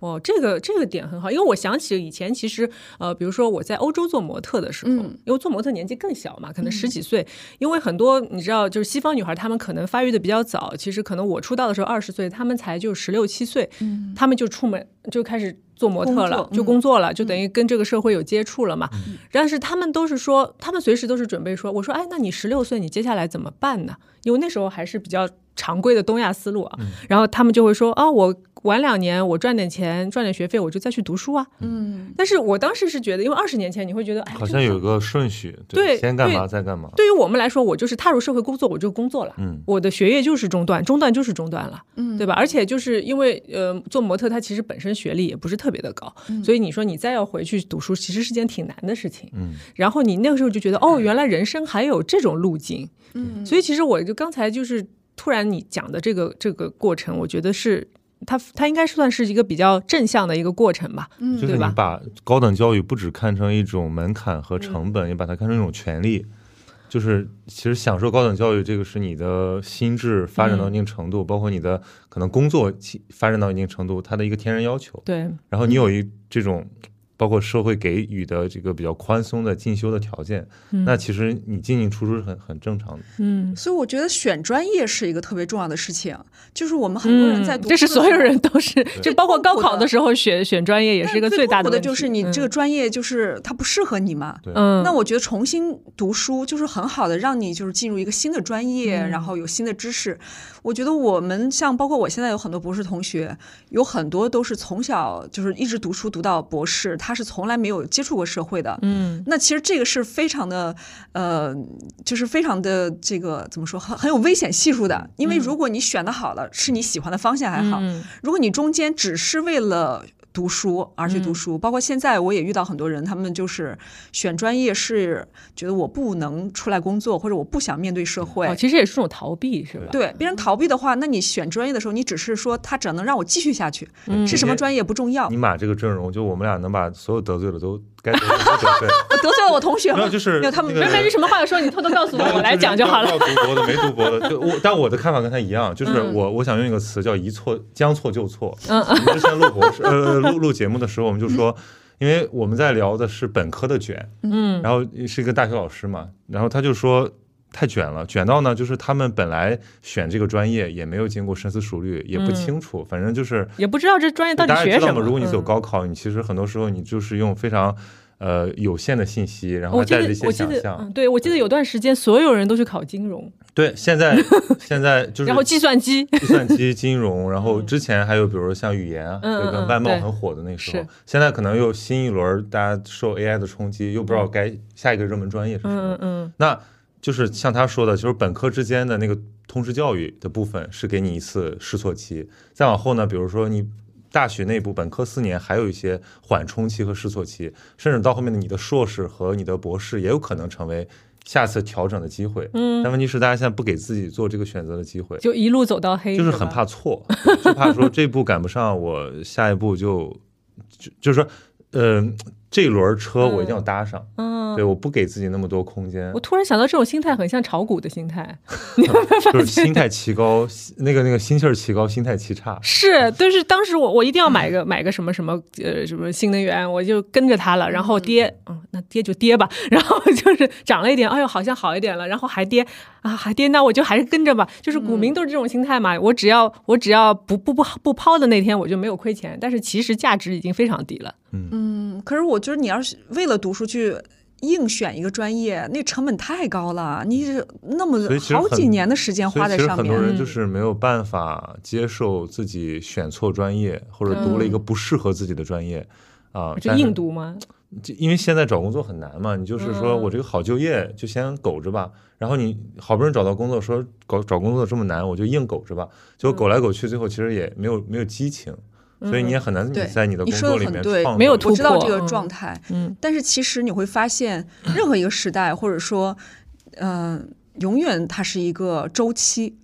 哦，这个这个点很好，因为我想起以前其实呃，比如说我在欧洲做模特的时候，
嗯
因为做模特年纪更小嘛，可能十几岁，因为很多你知道，就是西方女孩她们可能发育的比较早，其实可能我出道的时候二十岁，她们才就十六七岁，她们就出门就开始。做模特了
嗯工作，嗯
就工作了，就等于跟这个社会有接触了嘛。但是她们都是说，她们随时都是准备说，我说，哎，那你十六岁，你接下来怎么办呢？因为那时候还是比较常规的东亚思路啊。
嗯
然后他们就会说，啊，我晚两年，我赚点钱，赚点学费，我就再去读书啊。
嗯，
但是我当时是觉得，因为二十年前你会觉得，哎呀，
好
这
像
个
有个顺序，
对
先干嘛
对
再干嘛。
对于我们来说，我就是踏入社会工作，我就工作了。
嗯
我的学业就是中断，中断就是中断了，嗯，对吧？而且就是因为呃，做模特他其实本身学历也不是特别的高，
嗯
所以你说你再要回去读书，其实是件挺难的事情。
嗯，
然后你那个时候就觉得，哦，原来人生还有这种路径，嗯，所以其实我就刚才就是突然你讲的这个这个过程，我觉得是它它应该算是一个比较正向的一个过程吧，嗯
就
对
是你
吧？嗯
把高等教育不只看成一种门槛和成本，也把它看成一种权利。就是其实享受高等教育，这个是你的心智发展
嗯
到一定程度，包括你的可能工作起发展到一定程度，它的一个天然要求。
对，
然后你有一这种。包括社会给予的这个比较宽松的进修的条件，那其实你进进出出是很很正常的。
嗯，
所以我觉得选专业是一个特别重要的事情，就是我们很多人在
嗯，
读书
这
的时
是
候，
所有人都是，就包括高考
痛苦的
的时候选选专业也是一个
最
大
痛苦的
问题。
就是你这个专业就是它不适合你嘛。
对
嗯，
那我觉得重新读书就是很好的，让你就是进入一个新的专业，
嗯
然后有新的知识。我觉得我们像包括我现在有很多博士同学，有很多都是从小就是一直读书读到博士，他是从来没有接触过社会的。
嗯
那其实这个是非常的，呃，就是非常的这个怎么说，很很有危险系数的。因为如果你选的好了，是你喜欢的方向还好；
嗯
如果你中间只是为了读书而
嗯
去读书，包括现在我也遇到很多人，他们就是选专业是觉得我不能出来工作，或者我不想面对社会。
哦，其实也是种逃避，是吧？
对，别人逃避的话，那你选专业的时候，你只是说他只能让我继续下去，
嗯
是什么专业不重要。
你把这个阵容，就我们俩能把所有得罪的都该得罪的都
[laughs]
得罪，
我得罪了我同学
[laughs] 没
吗
有？就是
没有他们
那个
没有什么话要说，你偷偷告诉我，我来讲就好了。
[laughs] 要读博的没读
[laughs]
博的，就我，但我的看法跟他一样，就是我我想用一个词叫一错将错就错。
嗯
我们之前录博士 [laughs] 呃录录节目的时候，我们就说，因为我们在聊的是本科的卷，
嗯
然后是一个大学老师嘛，然后他就说太卷了，卷到呢就是他们本来选这个专业也没有经过深思熟虑，也不清楚，反正就是
也不知道这专业到底
大家
学
知道
什
吗？
么。
如果你走
嗯
高考，你其实很多时候你就是用非常呃有限的信息，然后
我
还
记
带
得
着一些
我记
想
得，
象
嗯，。对我记得有段时间所有人都去考金融，
对，
[laughs]
现在现在就是
然后计算
[laughs]
机，
计算机、金融，然后之前还有比如说像语言啊，
嗯嗯
对
嗯
跟外贸
对
很火的那时候
是，
现在可能又新一轮大家受 AI 的冲击，又不知道该下一个热门专业是什
嗯
么。
嗯
那就是像他说的，就是本科之间的那个通识教育的部分是给你一次试错期，再往后呢，比如说你大学内部本科四年还有一些缓冲期和试错期，甚至到后面的你的硕士和你的博士也有可能成为下次调整的机会。
嗯
但
嗯，
问题是，大家现在不给自己做这个选择的机会，
就一路走到黑，
就是
吧
很怕错，就怕说这步赶不上，我下一步就就就是说，嗯、这轮车我一定要搭上，
嗯
对，。我不给自己那么多空间
我，突然想到，这种心态很像炒股的心
[laughs]
态，
[laughs]
就是心态奇高，那个那个心气儿奇高，心态奇差。
是，就是当时我我一定要买个买个什么什么呃什么新能源，我就跟着它了，然后跌，嗯，那跌就跌吧， [laughs] 然后就是涨了一点，哎呦好像好一点了，然后还跌啊还跌，那我就还是跟着吧，就是股民都是这种心态嘛，我只要我只要不不不不抛的那天我就没有亏钱，但是其实价值已经非常低了，嗯
可是我觉得你要是为了读书去硬选一个专业，那成本太高了，你是那么
所以其实
好几
很
年的时间
所
花
以
在
其实
上
很多
面。嗯
人就是没有办法接受自己选错专业，或者读了一
嗯
个不适合自己的专业啊。
就
但是
硬读吗？
就因为现在找工作很难嘛，你就是说
嗯
我这个好就业就先苟着吧，然后你好不容易找到工作，说搞找工作这么难，我就硬苟着吧，
嗯
结果苟来苟去，最后其实也没有没有激情，所以你也很难
嗯对
在你的
你
工
说
作
得
里
很
面
对
创
没有
造
突
我知道
破
这个
嗯
状态，
嗯
但是其实你会发现，任何一个时代，或者说，嗯、永远它是一个周期，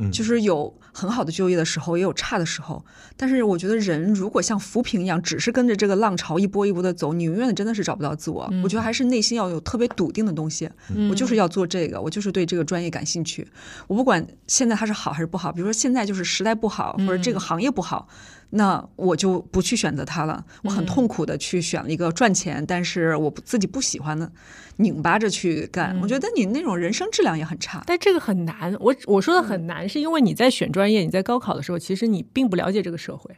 嗯
就是有很好的就业的时候，也有差的时候。但是我觉得人如果像浮萍一样，只是跟着这个浪潮一波一波的走，你永远真的是找不到自我。
嗯
我觉得还是内心要有特别笃定的东西，我就是要做这个，我就是对这个专业感兴趣。我不管现在它是好还是不好，比如说现在就是时代不好，或者
嗯
这个行业不好，那我就不去选择它了。我
嗯
很痛苦的去选了一个赚钱，但是我不自己不喜欢的，拧巴着去干。
嗯
我觉得你那种人生质量也很差。
但这个很难，我我说的
嗯
很难，是因为你在选专业，你在高考的时候，其实你并不了解这个社会，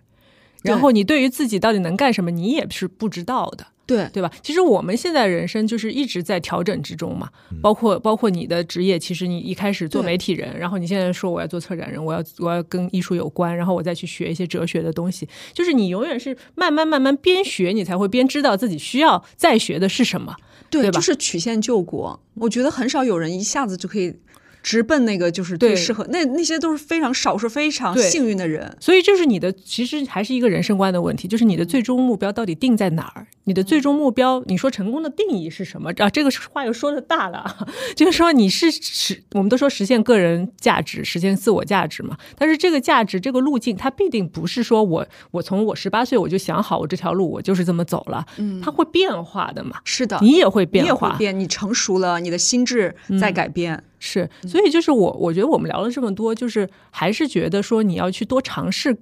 然
对
后你对于自己到底能干什么，你也是不知道的。
对，
对吧？其实我们现在人生就是一直在调整之中嘛，包括包括你的职业，其实你一开始做
对
媒体人，然后你现在说我要做策展人，我要我要跟艺术有关，然后我再去学一些哲学的东西，就是你永远是慢慢慢慢边学，你才会边知道自己需要再学的是什么。
对，
对吧
就是曲线救国。我觉得很少有人一下子就可以直奔那个，就是
对
最适合那那些都是非常少数、非常
对
幸运的人。
所以这是你的，其实还是一个人生观的问题，就是你的最终目标到底定在哪儿？你的最终目标，你说成功的定义是什么？啊，这个话又说的大了 [laughs] 啊，就是说你是实，我们都说实现个人价值，实现自我价值嘛。但是这个价值，这个路径，它必定不是说我我从我十八岁我就想好我这条路我就是这么走了，嗯，它会变化的嘛。
是的，
你也会变
你
化，嗯
也会变，你成熟了，你的心智在改变。
是，
嗯
所以就是我，我觉得我们聊了这么多，就是还是觉得说你要去多尝试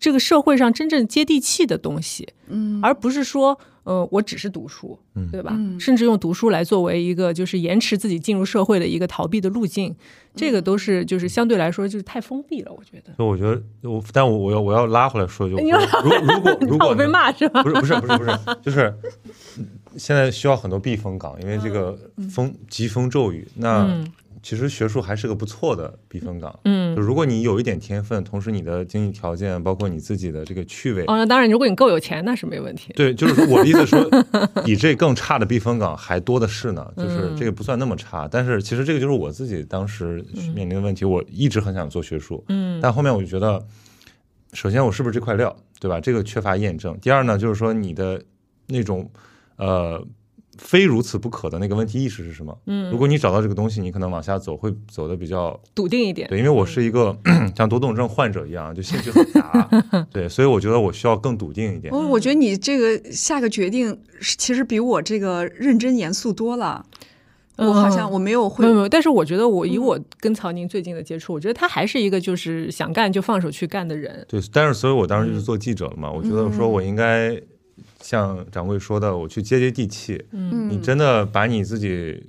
这个社会上真正接地气的东西，嗯，而不是说，嗯、呃，我只是读书，对吧？
嗯
甚至用读书来作为一个就是延迟自己进入社会的一个逃避的路径，这
嗯
个都是就是相对来说就是太封闭了，我觉得。
所以我觉得我，但我我要我要拉回来说一句，
你要
我如如果
[laughs]
如
怕
果
我被
能
骂是吧？
不是不是不是不是，就是现在需要很多避风港，因为这个风疾风骤雨。那
嗯
其实学术还是个不错的避风港。
嗯
就。如果你有一点天分，同时你的经济条件，包括你自己的这个趣味，
哦，那当然，如果你够有钱，那是没问题。
对，就是说我的意思 [laughs] 说，比这更差的避风港还多的是呢，就是这个不算那么差。但是其实这个就是我自己当时面临的问题，我一直很想做学术，嗯，但后面我就觉得，首先我是不是这块料，对吧？这个缺乏验证。第二呢，就是说你的那种呃非如此不可的那个问题意识是什么？嗯，如果你找到这个东西，你可能往下走会走的比较
笃定一点。
对，因为嗯我是一个 [clears throat] 像多动症患者一样，就兴趣很杂， [laughs] 对，所以我觉得我需要更笃定一点。
我我觉得你这个下个决定是，其实比我这个认真严肃多了。我好
嗯
像我没有会嗯
没有没有，但是我觉得我以我跟曹宁最近的接触，我觉得他还是一个就是想干就放手去干的人。
对，但是所以我当时就是
嗯
做记者了嘛，我觉得我说我应该像掌柜说的，我去接接地气。嗯，你真的把你自己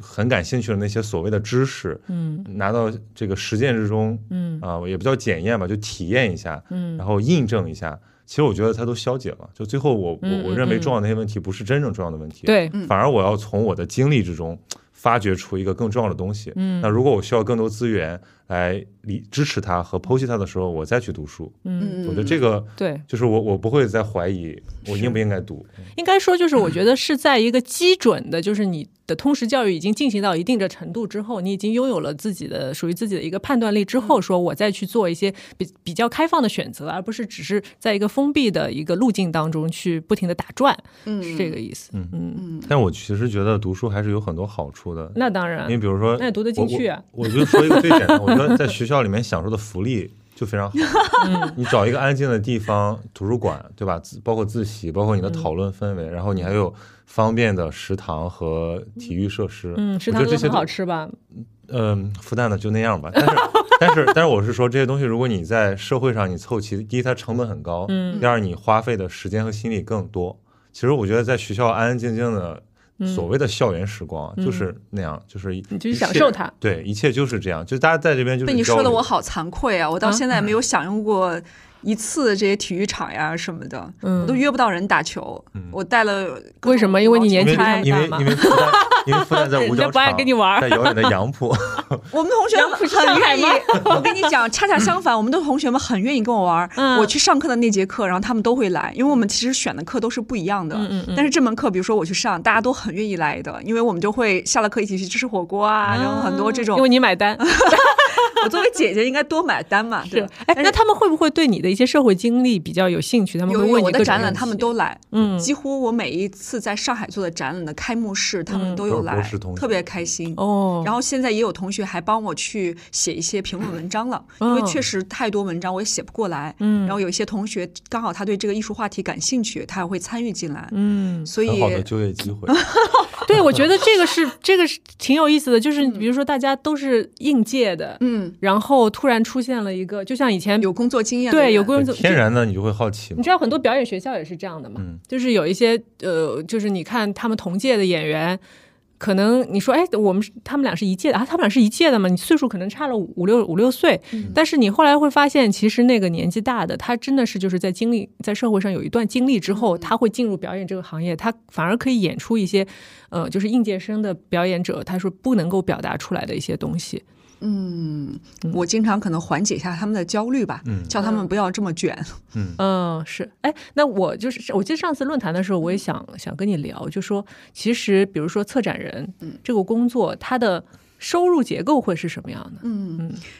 很感兴趣的那些所谓的知识，
嗯，
拿到这个实践之中，
嗯
啊、也不叫检验吧，就体验一下，
嗯
然后印证一下。其实我觉得它都消解了，就最后我我
嗯
我
嗯
认为
嗯
重要的那些问题不是真正重要的问题，，
对，
反而我要从我的经历之中发掘出一个更重要的东西。
嗯
那如果我需要更多资源来理支持它和剖析它的时候，我再去读书。
嗯，
嗯，
我觉得这个
对，
就是我我不会再怀疑我应不应该读。
应该说就是我觉得是在一个基准的，就是你的通识教育已经进行到一定的程度之后，你已经拥有了自己的属于自己的一个判断力之
嗯
后，说我再去做一些比比较开放的选择，而不是只是在一个封闭的一个路径当中去不停的打转，是这个意思。
嗯
嗯，
但我其实觉得读书还是有很多好处的，
那当然
因为，比如说，
啊那也读得进去啊
我我。我就说一个最简单，我觉得在学校里面享受的福利就非常好。
嗯
你找一个安静的地方，图书馆，对吧？自包括自习，包
嗯
括你的讨论氛围，然后你还有方便的食堂和体育设施。
嗯，食
我觉
堂
得
都
这些
很
都
好吃吧？
嗯，复旦的就那样吧。但是，但是，但是，我是说这些东西，如果你在社会上你凑齐，第一它成本很高，
嗯
第二你花费的时间和心力更多。其实我觉得在学校安安静静的所谓的校园时光、啊就是那样，就是你
嗯你去享受它。
对，一切就是这样，就大家在这边就是
被你说的
交流
我好惭愧啊！我到
啊
现在没有享用过一次这些体育场呀什么的，
嗯
我都约不到人打球。我带了各
为
种
什么因为你
羽毛
年
因
纪
为
太啊
球拍
因为
大嘛
因为复旦因为复
[laughs]
旦在五
人
角
家不爱
场，
跟你玩儿
在遥远的
[laughs]
杨浦，
我们同学
杨浦是上
很
海
愿意 [laughs]
吗。
我跟你讲，恰恰相反，我们的同学们很愿意跟我玩儿。
嗯
我去上课的那节课，然后他们都会来，因为我们其实选的课都是不一样的。
嗯嗯嗯
但是这门课，比如说我去上，大家都很愿意来的，因为我们就会下了课一起去吃吃火锅啊，然后很多这种
因为。你买单。
我作为姐姐应该多买单嘛，嗯对吧？
哎，
但
那他们会不会对你的一些社会经历比较有兴趣？他们
有
会
有
问
我
你
的
各种
展览，
问
他们
题
都来。
嗯
几乎我每一次在上海做的展览的开幕式，他们都有
都
来
是同，学
特别开心。
嗯哦，
然
后
后现在也有同学还帮我去写一些评论文章了，
嗯
因为确实太多文章我也写不过来。
嗯
然后有一些同学刚好他对这个艺术话题感兴趣，他也会参与进来。
嗯，
所
很
以
好的就业
[laughs]
机会。
对，我觉得这个是这个是挺有意思的，就是比如说大家都是应届的，
嗯，
然后突然出现了一个，就像以前
有工作经验的
对
人
有工作
天然的你就会好奇嘛
你知，道很多表演学校也是这样的嘛，
嗯
就是有一些呃，就是你看他们同届的演员，可能你说哎，我们是他们俩是一届的啊，他们俩是一届的嘛，你岁数可能差了五五六五六岁，但是你后来会发现，其实那个年纪大的他真的是就是在经历在社会上有一段经历之后，他会进入表演这个行业，他反而可以演出一些呃，就是应届生的表演者，他说不能够表达出来的一些东西。
嗯，我经常可能缓解一下他们的焦虑吧，
嗯
叫他们不要这么卷。
嗯，是，哎，那我就是，我记得上次论坛的时候，我也想想跟你聊，就说其实，比如说策展人、这个工作，它的收入结构会是什么样的？
嗯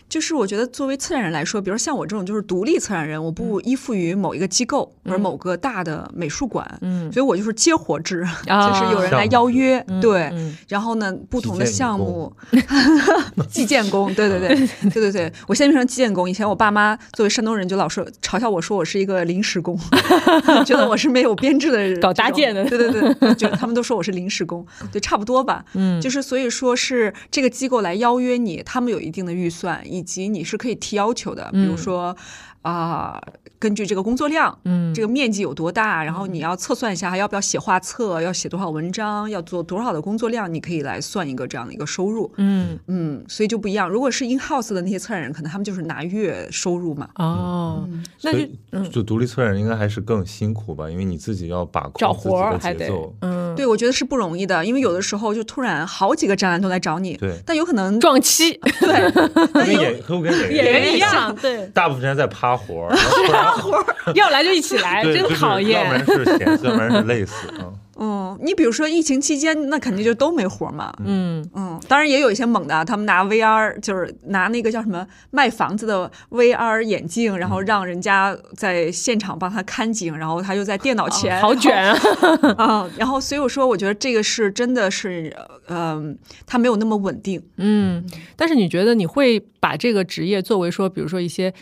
就是我觉得作为策展人来说，比如像我这种就是独立策展人，我
嗯
不依附于某一个机构或者某个大的美术馆，
嗯
所以我就是接活制，
啊
就是有人来邀约，对。
嗯
然后呢，不同的
击剑
项目， [laughs] 击剑工，对对对
嗯
对对对，我现在变成击剑工。以前我爸妈作为山东人，就老说嘲笑我说我是一个临时工， [laughs] 觉得我是没有编制的人，
搞搭建的
对对对，就他们都说我是临时工，对，差不多吧。
[laughs] 嗯
就是所以说是这个机构来邀约你，他们有一定的预算，以及你是可以提要求的，比如说，啊、根据这个工作量，
嗯
这个面积有多大，然后你要测算一下，还要不要写画册，要写多少文章，要做多少的工作量，你可以来算一个这样的一个收入。
嗯
嗯，所以就不一样。如果是 in house 的那些策展人，可能他们就是拿月收入嘛。
哦，那
所
就嗯
以就独立策展人应该还是更辛苦吧，因为你自己要把控
找
自己
活儿
的
还
节
得
奏， [laughs]
嗯
对，我觉得是不容易的，因为有的时候就突然好几个展览都来找你，
对
但有可能
撞期
对，
和跟演和我跟演
演
员
员一样 [laughs]
样，
对，
大部分时间在趴活儿，然后突然
要来就一起来，
对，
真
就是
讨
要不
厌。
然是闲死，要不然是累
[laughs]
死啊。嗯
嗯，你比如说疫情期间，那肯定就都没活嘛。
嗯，
嗯，当然也有一些猛的啊，他们拿 VR 就是拿那个叫什么卖房子的 VR 眼镜，然
嗯
后让人家在现场帮他看景，然后他又在电脑前，
[laughs] 好
[laughs]
卷啊！
啊、然后所以我说，我觉得这个是真的是，呃嗯、他没有那么稳定。
嗯，但是你觉得你会把这个职业作为说，比如说一些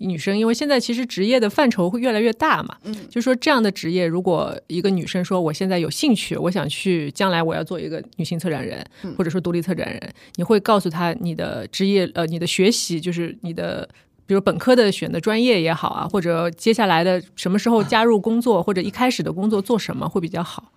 女生，因为现在其实职业的范畴会越来越大嘛，嗯，就说这样的职业，如果一个女生说我现在有兴趣，我想去将来我要做一个女性策展人，或者说独立策展人，你会告诉她你的职业呃，你的学习就是你的。比如本科的选的专业也好啊，或者接下来的什么时候加入工作，或者一开始的工作做什么会比较好？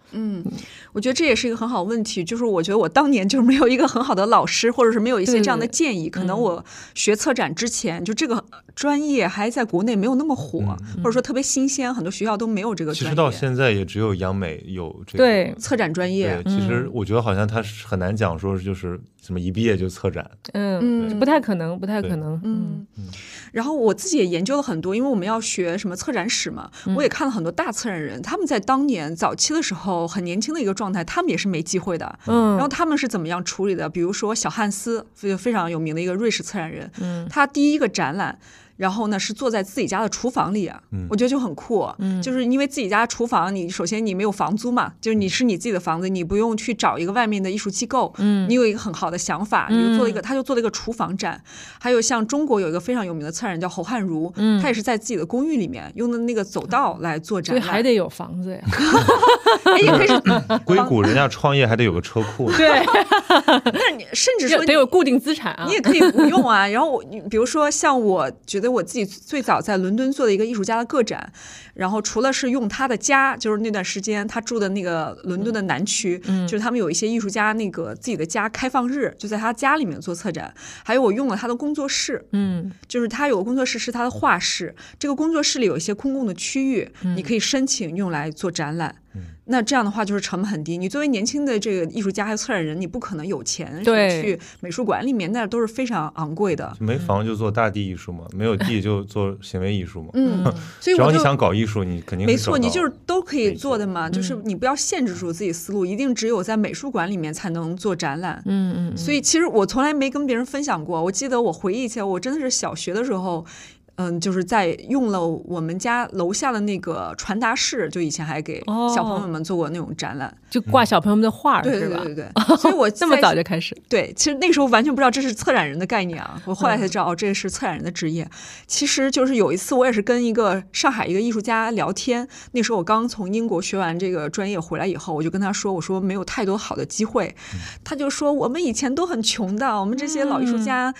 我觉得这也是一个很好问题，就是我觉得我当年就是没有一个很好的老师，或者是没有一些这样的建议。可能我学策展之前，就这个专业还在国内没有那么火，或者说特别新鲜，很多学校都没有这个
嗯其
专业。
实到现在也只有央美有这个。
对，嗯
策展专业
对，，其实我觉得好像他是很难讲说就是什么一毕业就策展，
嗯，
嗯
不太可能，不太可
对
能，
嗯，然后我自己也研究了很多，因为我们要学什么策展史嘛，我也看了很多大策展人，他们在当年早期的时候很年轻的一个状态，他们也是没机会的。
嗯，
然后他们是怎么样处理的？比如说小汉斯，非非常有名的一个瑞士策展人，
嗯
他第一个展览。然后呢，是坐在自己家的厨房里啊，我觉得就很酷，
嗯
就是因为自己家厨房，你首先你没有房租嘛，就是你是你自己的房子，你不用去找一个外面的艺术机构，
嗯
你有一个很好的想法，你就做了一个，他就做了一个厨房展，还有像中国有一个非常有名的策展人叫侯汉儒，他也是在自己的公寓里面用的那个走道来做
这
展
个
览，
还得有房
[laughs]
子呀。
哎也可以是，
硅谷人家创业还得有个车库，
对，
但是你甚至
要
说
得
你
有固定资产啊。
你也可以不用啊。然后我，你比如说像我觉得我自己最早在伦敦做的一个艺术家的个展，然后除了是用他的家，就是那段时间他住的那个伦敦的南区，就是他们有一些艺术家那个自己的家开放日，就在他家里面做策展。还有我用了他的工作室，
嗯
就是他有个工作室是他的画室，这个工作室里有一些公共的区域，你可以申请用来做展览。
嗯
那这样的话就是成本很低。你作为年轻的这个艺术家还有策展人，你不可能有钱
对
去美术馆里面，那都是非常昂贵的。
没房就做大地艺术嘛，没有地就做行为艺术嘛。 [laughs]
嗯，所以
只
我
要
就
你想搞艺术，你肯定
没
可以
错，
找
你
到
就是都可以做的嘛，就是你不要限制住自己思路，一定只有在美术馆里面才能做展览。
嗯嗯，
所以其实我从来没跟别人分享过。我记得我回忆起来，我真的是小学的时候，嗯，就是在用了我们家楼下的那个传达室，就以前还给
哦
小朋友们做过那种展览。
就挂小朋友们的画儿
对
是
对
吧
对？对对，所以
[laughs]
我
这么
在
早就开始，
对，其实那个时候完全不知道这是策展人的概念啊，我后来才知道、哦，这是策展人的职业。其实就是有一次，我也是跟一个上海一个艺术家聊天，那时候我刚从英国学完这个专业回来以后，我就跟他说，我说没有太多好的机会，他就说我们以前都很穷的，我们这些老艺术家。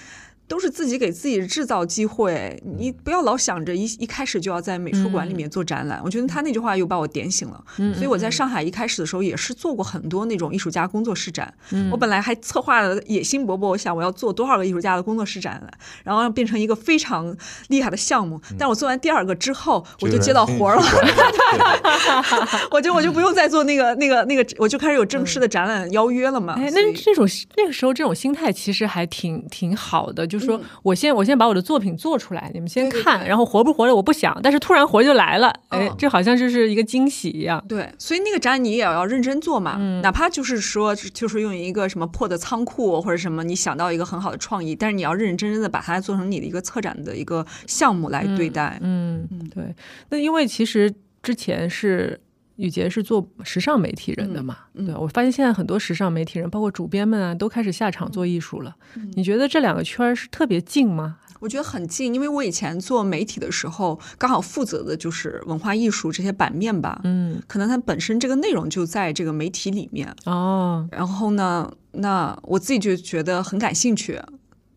都是自己给自己制造机会，
嗯
你不要老想着一一开始就要在美术馆里面做展览。我觉得他那句话又把我点醒了，
嗯
所以我在上海一开始的时候也是做过很多那种艺术家工作室展。
嗯
我本来还策划了野心勃勃，我想我要做多少个艺术家的工作室展览，然后让变成一个非常厉害的项目。
嗯
但我做完第二个之后，我就接到活儿了。
了。
[laughs] 我就我就不用再做那个那个那个，我就开始有正式的展览邀约了嘛。
嗯哎，
啊所
那
以
这种那个时候这种心态其实还挺挺好的，就是说我先我先把我的作品做出来，你们先
嗯对对
看，
对
然后活不活着我不想，但是突然活就来了，哎
嗯，
这好像就是一个惊喜一样。
对，所以那个展览你也要认真做嘛，
嗯
哪怕就是说，就是用一个什么破的仓库或者什么，你想到一个很好的创意，但是你要认认真真的把它做成你的一个策展的一个项目来对待。
嗯，对。那因为其实之前是雨杰是做时尚媒体人
嗯
的嘛，对我发现现在很多时尚媒体人，包括主编们啊，都开始下
嗯
场做艺术了。你觉得这两个圈儿是特别近吗？
我觉得很近，因为我以前做媒体的时候，刚好负责的就是文化艺术这些版面吧，
嗯，
可能它本身这个内容就在这个媒体里面。
哦，
然后呢，那我自己就觉得很感兴趣。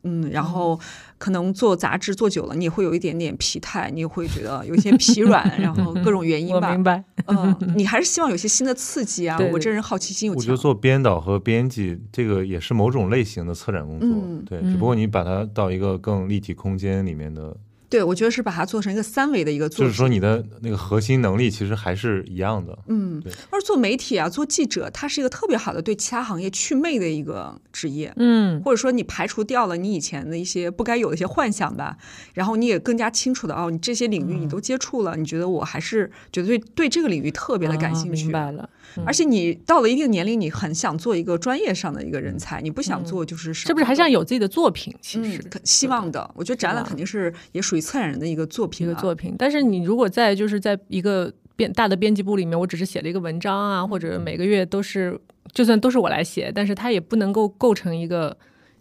嗯，然后可能做杂志做久了，你会有一点点疲态，你会觉得有一些疲软，然后各种原因
我
吧
明。白， [laughs]
嗯，你还是希望有些新的刺激啊！
对
我
对
这人好奇心有
我觉得
强，
做编导和编辑这个也是某种类型的策展工作，
嗯
对，只不过你把它到一个更立体空间里面的，
对我觉得是把它做成一个三维的一个作
就是
品。
说你的那个核心能力其实还是一样的。
嗯
对，
而做媒体啊，做记者，它是一个特别好的对其他行业祛魅的一个职业。
嗯，
或者说你排除掉了你以前的一些不该有的一些幻想吧，然后你也更加清楚的哦，你这些领域你
嗯
都接触了，你觉得我还是觉得对对这个领域特别的感
啊
兴趣
明，白嗯了，
而且你到了一定年龄，你很想做一个专业上的一个人才，你不想做就是
嗯是不是还
想
想有自己的作品？其
嗯
实，
可希望的，我觉得展览肯定是也属于策展人的一个作
一
品
个
啊
作品。但是你如果在就是在一个编大的编辑部里面，我只是写了一个文章啊，或
嗯
者每个月都是，就算都是我来写，但是它也不能够构成一个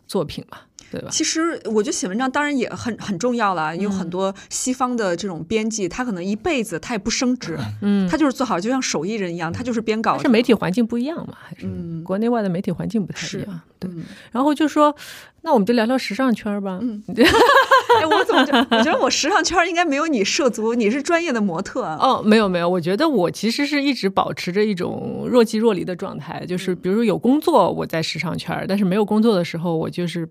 作品嘛，对吧？
其实我觉得写文章当然也很很重要了，有
嗯
很多西方的这种编辑，他可能一辈子他也不升职，嗯，他就是做好就像手艺人一样，他就是编稿
但是媒体环境不一样嘛，还是
嗯
国内外的媒体环境不太
是
一样。对，
嗯
然后就说，那我们就聊聊时尚圈儿 [laughs] 吧。嗯，
[laughs] 哎，我怎么觉得我觉得我时尚圈应该没有你涉足，你是专业的模特啊。
哦，没有没有，我觉得我其实是一直保持着一种若即若离的状态，就是比如说有工作我在时尚圈儿，但是没有工作的时候，我就是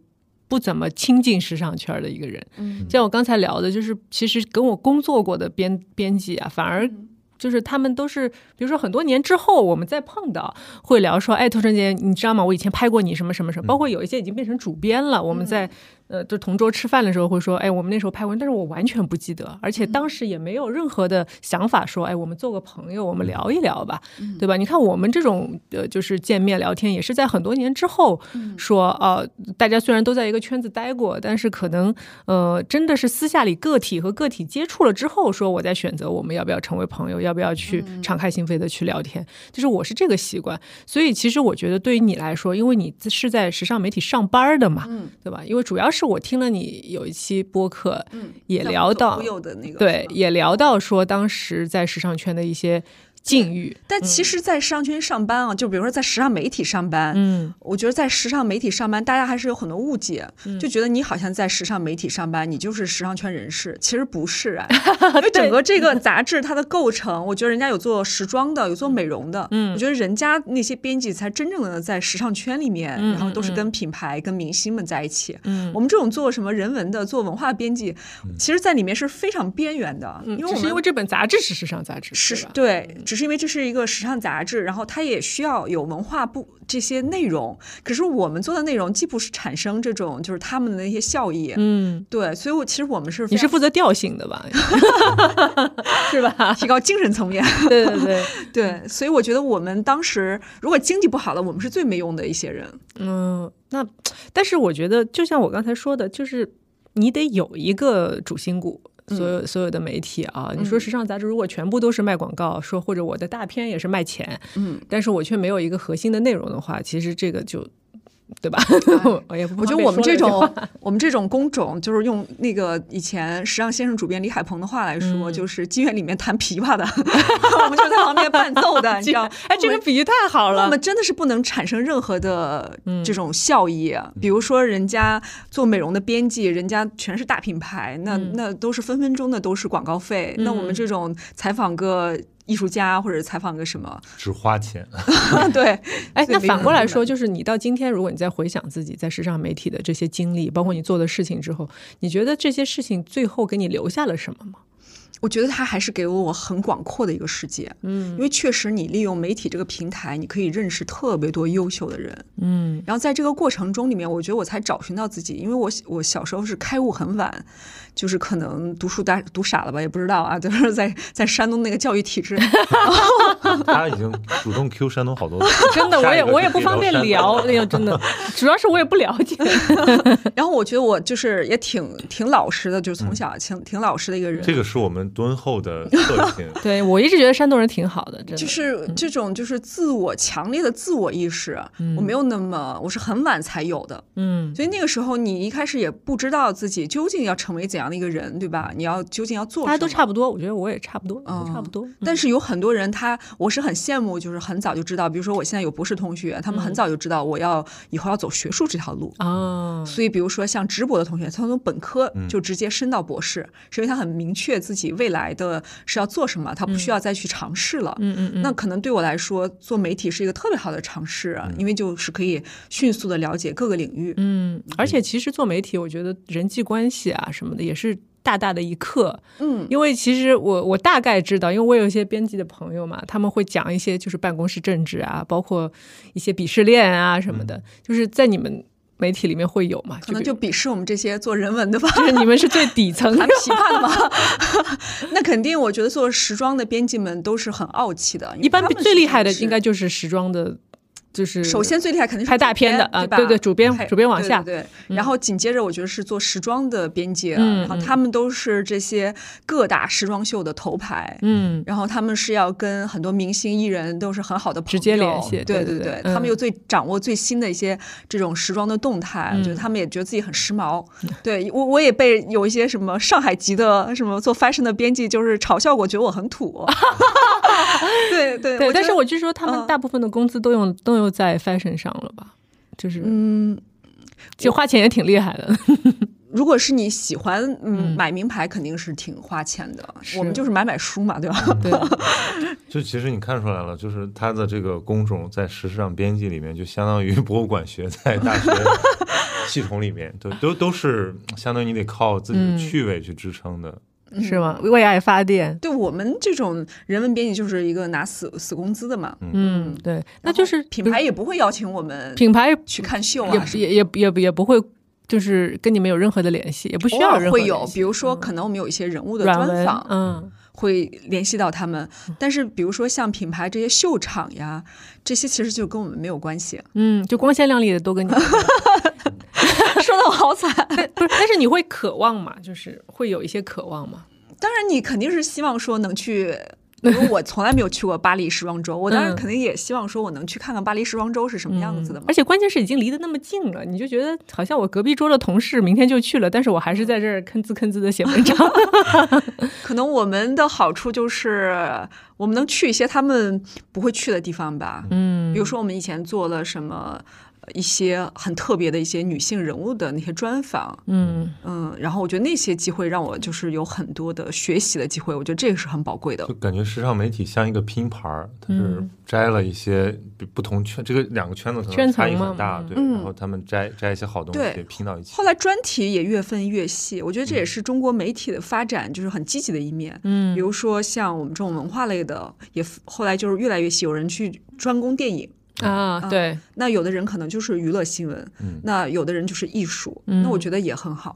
不怎么亲近时尚圈儿的一个人。
嗯
像我刚才聊的，就是其实跟我工作过的编编辑啊，反而。就是他们都是，比如说很多年之后，我们再碰到，会聊说，哎，涂春姐，你知道吗？我以前拍过你什么什么什么，包括有一些已经变成主编了。我们在呃，就同桌吃饭的时候会说，哎，我们那时候拍过，但是我完全不记得，而且当时也没有任何的想法说，哎，我们做个朋友，我们聊一聊吧，
嗯
对吧？你看我们这种呃，就是见面聊天，也是在很多年之后
嗯
说，呃，大家虽然都在一个圈子待过，但是可能呃，真的是私下里个体和个体接触了之后，说我在选择我们要不要成为朋友，要不要去
嗯
敞开心扉的去聊天，就是我是这个习惯。所以其实我觉得对于你来说，因为你是在时尚媒体上班的嘛，
嗯
对吧？因为主要是我听了你有一期播客，
嗯，
也聊到
忽悠的那个
对，
是吧
也聊到说当时在时尚圈的一些境遇，
但其实，在时尚圈上班啊，就比如说在时尚媒体上班，
嗯，
我觉得在时尚媒体上班，大家还是有很多误解，就觉得你好像在时尚媒体上班，你就是时尚圈人士，其实不是 [laughs] 啊。因为整个这个杂志它的构成，我觉得人家有做时装的，有做美容的，嗯，我觉得人家那些编辑才真正的在时尚圈里面，然后都是跟品牌、跟明星们在一起。嗯嗯，我们这种做什么人文的、做文化编辑，其实在里面是非常边缘的，嗯因为我
只
们
是因为这本杂志是时尚杂志，
是
吧？嗯
对，只是因为这是一个时尚杂志，然后它也需要有文化部这些内容。可是我们做的内容既不是产生这种就是他们的一些效益，
嗯，
对，所以我其实我们是
你
非
是
常
负责调性的吧？ [laughs] 是 [laughs] 吧？
提高精神层面，
对对对，
对，所以我觉得我们当时如果经济不好了，我们是最没用的一些人，
嗯，那但是我觉得，就像我刚才说的，就是你得有一个主心骨。所
嗯
有所有的媒体啊，你说时尚杂志如果全部都是卖广告，说或者我的大片也是卖钱，
嗯，
但是我却没有一个核心的内容的话，其实这个就，对吧？ [laughs] 我也不
哎
方
我觉得
便
我们
说
这
了话
种我们这种工种，就是用那个以前时尚先生主编李海鹏的话来说，
嗯
就是妓院里面弹琵琶的， [laughs] 我们就在旁边伴奏的，啊你知道？
[laughs] 哎，这个比喻太好
我
了
们。真的是不能产生任何的这种效益。啊比如说，人家做美容的编辑，人家全是大品牌，那、那都是分分钟的都是广告费。那我们这种采访个艺术家或者采访个什么，
只花钱， [laughs]
[laughs]
对，
哎，
所以
那
没
反
有
过
人
来
能
说，就是你到今天，如果你再回想自己在时尚媒体的这些经历，包括你做的事情之后，你觉得这些事情最后给你留下了什么吗？
我觉得它还是给我很广阔的一个世界，嗯，因为确实你利用媒体这个平台，你可以认识特别多优秀的人，嗯，然后在这个过程中里面，我觉得我才找寻到自己，因为我我小时候是开悟很晚，就是可能读书大读傻了吧，也不知道啊， [laughs] 就是在在山东那个教育体 [laughs] 制，
他已经主动 Q 山东好多次
[laughs] [laughs] ，真的，我
下一
也
个就
我也
可
不
以
方便
山东
聊，哎呀，真的，主要是我也不了解。
嗯然后我觉得我就是也挺挺老实的，就是从小挺挺老实的一个人，
这个是我们敦厚的特性。
[laughs] 对我一直觉得山东人挺好的，真的
就是这种就是自我强烈的自我意识，我没有那么我是很晚才有的，
嗯
所以那个时候你一开始也不知道自己究竟要成为怎样的一个人，对吧？你要究竟要做什么？
大家都差不多，我觉得我也差不多，
嗯
都差不多。
但是有很多人他，我是很羡慕，就是很早就知道，比如说我现在有博士同学，他们
嗯
很早就知道我要以后要走学术这条路。
啊，
所以，比如说像直博的同学，他从本科就直接升到博士，是因为他很明确自己未来的是要做什么，他不需要再去尝试了。
嗯嗯嗯，
那可能对我来说，做媒体是一个特别好的尝试啊，因为就是可以迅速的了解各个领域。
嗯，而且其实做媒体，我觉得人际关系啊什么的也是。大大的一课，
嗯，
因为其实我我大概知道，因为我有一些编辑的朋友嘛，他们会讲一些就是办公室政治啊，包括一些鄙视链啊什么的，就是在你们媒体里面会有嘛，
嗯可能
比
就
如
鄙视我们这些做人文的吧。
就是你们是最底
[laughs]
层的
谈批判吗？那肯定，我觉得做时装的编辑们都是很傲气的。因为
一般
他们是
最厉害的
主持
应该就是时装的，就是
首先最厉害肯定是
拍大片的啊
主编对吧
对对主编
拍
主编往下
对对对然后紧接着我觉得是做时装的编辑，
嗯
然后他们都是这些各大时装秀的头牌。
嗯
然后他们是要跟很多明星艺人都是很好的朋友
直接联系
对
对对
对，
嗯
他们又最掌握最新的一些这种时装的动态，我
嗯
觉得他们也觉得自己很时髦。对我我也被有一些什么上海籍的什么做 fashion 的编辑就是嘲笑过，觉得我很
[laughs]
土。对对
对，
我觉
但是
得
我据说他们
嗯
大部分的工资都用、都用在 fashion 上了吧，就是嗯，就花钱也挺厉害的，
如果是你喜欢，嗯，买名牌肯定是挺花钱的。我们就是买买书嘛，对吧？
对，
就其实你看出来了，就是他的这个工种在时尚编辑里面，就相当于 [laughs] 博物馆学在大学系统里面，对，都都是相当于你得靠自己的趣味去支撑的。
是吗？
嗯
为爱发电，
[laughs] 对我们这种人文编辑就是一个拿死死工资的嘛，
嗯，对，那就是
品
比如
牌也不会邀请我们
品牌
去看秀啊，
也也也也也不会就是跟你们有任何的联系，也不需
偶
要有
尔
任何
会
联
有，
系嗯
比如说可能我们有一些人物的
软
专
文
访，，
嗯
会联系到他们。但是比如说像品牌这些秀场呀，这些其实就跟我们没有关系。
[laughs] 嗯，就光鲜亮丽的都跟你
[laughs] 说的我好惨。
不是，但是你会渴望嘛？就是会有一些渴望嘛？
当然，你肯定是希望说能去。因为我从来没有去过巴黎时装周，我当然
嗯
肯定也希望说我能去看看巴黎时装周是什么样子的嘛。
而且关键是已经离得那么近了，你就觉得好像我隔壁桌的同事明天就去了，但是我还是在这儿吭哧吭哧的写文
[laughs]
章。 [laughs]
可能我们的好处就是我们能去一些他们不会去的地方吧。嗯，比如说我们以前做了什么。呃一些很特别的一些女性人物的那些专访，
嗯，
嗯，然后我觉得那些机会让我就是有很多的学习的机会，我觉得这个是很宝贵的
就。感觉时尚媒体像一个拼盘儿，它是摘了一些比不同圈，这个两个圈子可
圈
能
层
差异
嘛
很大，
嗯
对，然后他们摘摘一些好东
对
西拼到一起
后。来专题也越分越细，我觉得这
嗯
也是中国媒体的发展就是很积极的一面。嗯，比如说像我们这种文化类的，也后来就是越来越细，有人去专攻电影，
啊，对，
那有的人可能就是娱乐新闻，
嗯
那有的人就是艺术，那我觉得也很好。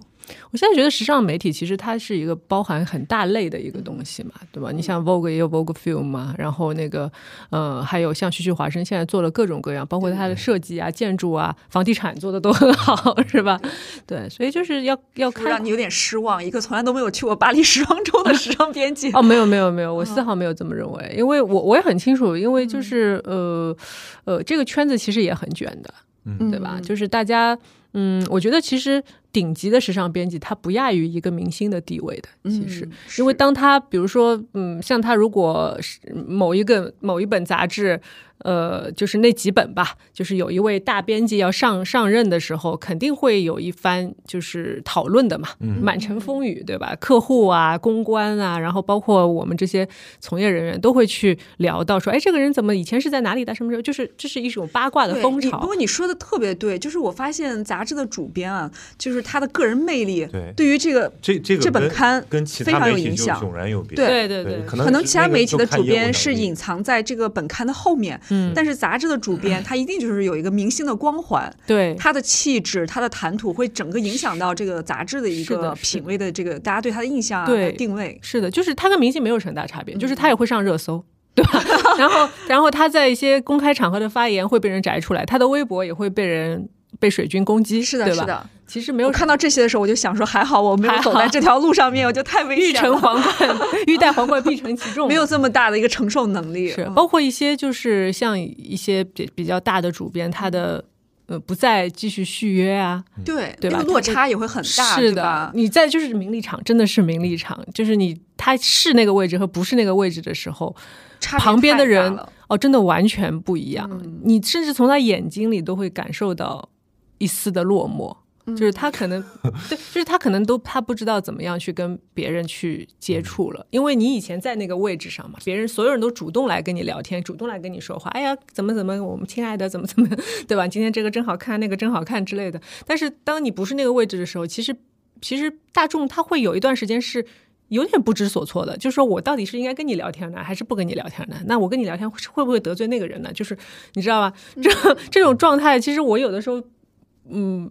我现在觉得时尚媒体其实它是一个包含很大类的一个东西嘛，对吧？你
嗯
像 Vogue 也有 Vogue Film 嘛，然后那个呃，还有像徐徐华生现在做了各种各样，包括它的设计啊、建筑啊、房地产做的都很好，是吧？对，所以就是要要
会让
看
你有点失望，一个从来都没有去过巴黎时装周的时尚编辑。
哦，没有没有没有，我
嗯
丝毫没有这么认为，因为我我也很清楚，因为就是呃呃，这个圈子其实也很卷的，
嗯
对吧？就是大家，嗯，我觉得其实顶级的时尚编辑，他不亚于一个明星的地位的。其实，
嗯
因为
是
当他比如说，嗯，像他如果是某一个某一本杂志，呃，就是那几本吧，就是有一位大编辑要上上任的时候，肯定会有一番就是讨论的嘛，满城风雨，对吧？客户啊，公关啊，然后包括我们这些从业人员都会去聊到说，哎，这个人怎么以前是在哪里的，什么时候，就是这是一种八卦的
对
风
你
潮
不。过你说的特别对，就是我发现杂志的主编啊，就是他的个人魅力，
对
对于这个
这这个
这本
跟
刊
跟其
非
他
常
媒
有
体
影
就
响
迥然有别。
对对对
可能
可能其他
那个
媒体
就
的
看
主
业务
编
能
是
力
隐藏在这个本刊的后面，
嗯
但是杂志的主编他一定就是有一个明星的光环，
对，
他的气质、他的谈吐会整个影响到这个杂志的一
是的
个
是的
品味的这个大家对他的印象啊、
对
定位。
是的，就是他跟明星没有什么大差别，
嗯
就是他也会上热搜。对吧？ [laughs] 然后，然后他在一些公开场合的发言会被人摘出来，他的微博也会被人被水军攻击，
是的，
对
是
吧？
的。
其实没
我
有
看到这些的时候，我就想说，还好我没有走在这条路上面，我就太危
欲
险了
承，皇冠，
[laughs]
欲戴皇冠必承其重嘛，
没有这么大的一个承受能力。
是，哦
嗯
包括一些就是像一些比比较大的主编，他的
嗯
呃不再继续续约啊，
对，
对吧
那个落差也会很大，
是
对
的
吧，？
你在就是名利场，真的是名利场，就是你他是那个位置和不是那个位置的时候，
差别
旁边的
太大
人
了嗯
哦，真的完全不一样，你甚至从他眼睛里都会感受到一丝的落寞。就是他可能，对，就是他可能都他不知道怎么样去跟别人去接触了，因为你以前在那个位置上嘛，别人所有人都主动来跟你聊天，主动来跟你说话，哎呀，怎么怎么，我们亲爱的，怎么怎么，对吧？今天这个真好看，那个真好看之类的。但是当你不是那个位置的时候，其实其实大众他会有一段时间是有点不知所措的，就是说我到底是应该跟你聊天呢，还是不跟你聊天呢？那我跟你聊天会会不会得罪那个人呢？就是你知道吧，这 [laughs] 这种状态，其实我有的时候，嗯，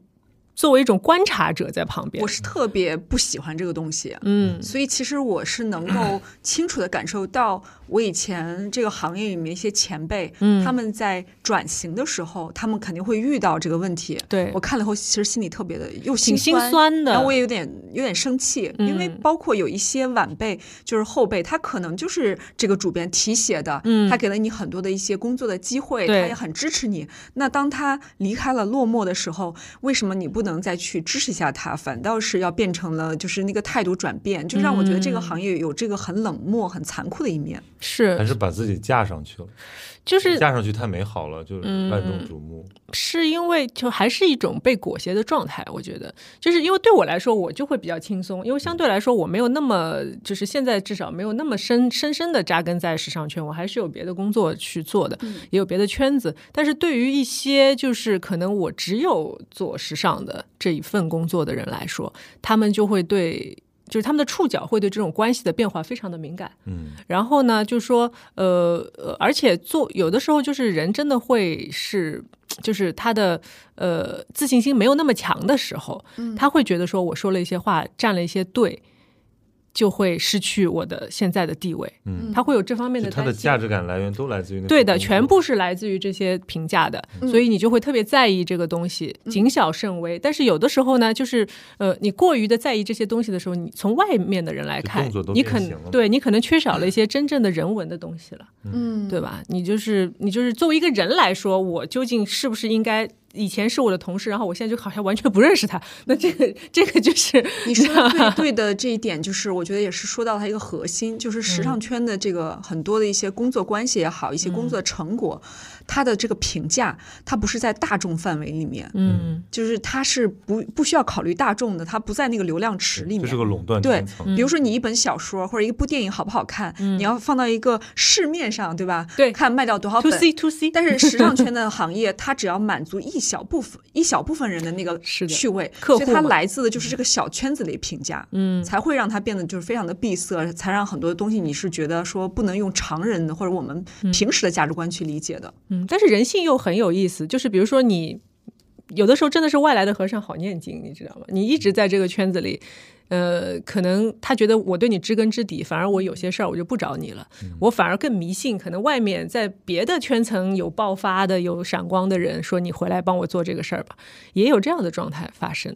作为一种观察者在旁边
我，是特别不喜欢这个东西。
嗯
所以其实我是
[clears throat]
能够清楚的感受到，我以前这个行业里面一些前辈，
嗯
他们在转型的时候，他们肯定会遇到这个问题。
对
我看了以后，其实心里特别的又
挺心
酸
酸的
然后我也有点有点生气，因为
嗯
包括有一些晚辈，就是后辈，他可能就是这个主编提携的，
嗯
他给了你很多的一些工作的机会，他
对
也很支持你。那当他离开了落寞的时候，为什么你不能再去支持一下他？反倒是要变成了就是那个态度转变，就让我觉得这
嗯
个行业有这个很冷漠、很残酷的一面。
还
是
是把自己架上去了，
就是嗯
架上去太美好了，就是万众瞩目。
是因为就还是一种被裹挟的状态，我觉得，就是因为对我来说，我就会比较轻松，因为相对来说我没有那么，就是现在至少没有那么深深深的扎根在时尚圈，我还是有别的工作去做的，
嗯
也有别的圈子。但是对于一些就是可能我只有做时尚的这一份工作的人来说，他们就会对，就是他们的触角会对这种关系的变化非常的敏感。
嗯，
然后呢，就说呃，呃而且做有的时候就是人真的会是，就是他的呃自信心没有那么强的时候，他会觉得说我说了一些话，站了一些队，就会失去我的现在的地位。
嗯，
他会有这方面
就
的
它
担
的
心。
价值感来源都来自于那份
对的，
工作
全部是来自于这些评价的，
嗯
所以你就会特别在意这个东西，谨小慎微。但是有的时候呢，就是呃，你过于的在意这些东西的时候，你从外面的人来
就
看
动作都，
你
变
可
形了嘛
能对你可能缺少了一些真正的人文的东西了，
嗯，
对吧？你就是你就是作为一个人来说，我究竟是不是应该？以前是我的同事，然后我现在就好像完全不认识他，那这个这个就是
你说
[laughs]
的最对的这一点，就是我觉得也是说到它一个核心，就是时
嗯
尚圈的这个很多的一些工作关系也好，一些工
嗯
作成果，它的这个评价，它不是在大众范围里面，
嗯，
就是它是不不需要考虑大众的，它不在那个流量池里
这
面
是。个垄断
对
圈层，
比如说
嗯
你一本小说或者一部电影好不好看，你要放到一个市面上，对吧？
对
看卖掉多少
to
本。
C to C，
但是时尚圈的行业，它只要满足一小部分一小部分人的那个
是的
趣味，
客户
所以它
嘛嗯
来自的就是这个小圈子里评价，嗯，才会让它变得就是非常的闭塞，才让很多东西你是觉得说不能用常人的或者我们平时的价值观去理解的。
嗯，但是人性又很有意思，就是比如说你有的时候真的是外来的和尚好念经，你知道吗？你一直在这个圈子里，呃，可能他觉得我对你知根知底，反而我有些事儿我就不找你了，我反而更迷信。可能外面在别的圈层有爆发的、有闪光的人说你回来帮我做这个事儿吧，也有这样的状态发生。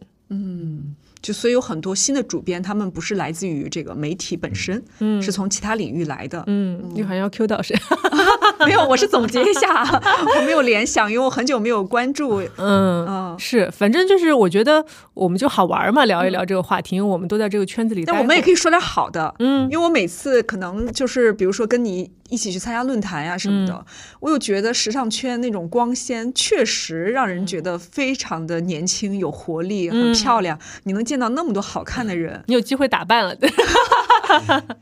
就所以有很多新的主编，他们不是来自于这个媒体本身，嗯，是从其他领域来的，
嗯，你好像要 Q 到谁？
[laughs] 没有，我是总结一下，啊 [laughs] 我没有联想，因为我很久没有关注，
嗯
嗯，
是，反正就是我觉得我们就好玩儿嘛，聊一聊这个话题，因为我们都在这个圈子里待过。
但我们也可以说点好的，
嗯
因为我每次可能就是比如说跟你一起去参加论坛呀、啊什么的，
嗯
我有觉得时尚圈那种光鲜确实让人
嗯
觉得非常的年轻、有活力、很漂亮，你能见到那么多好看的人，
你有机会打扮了，对。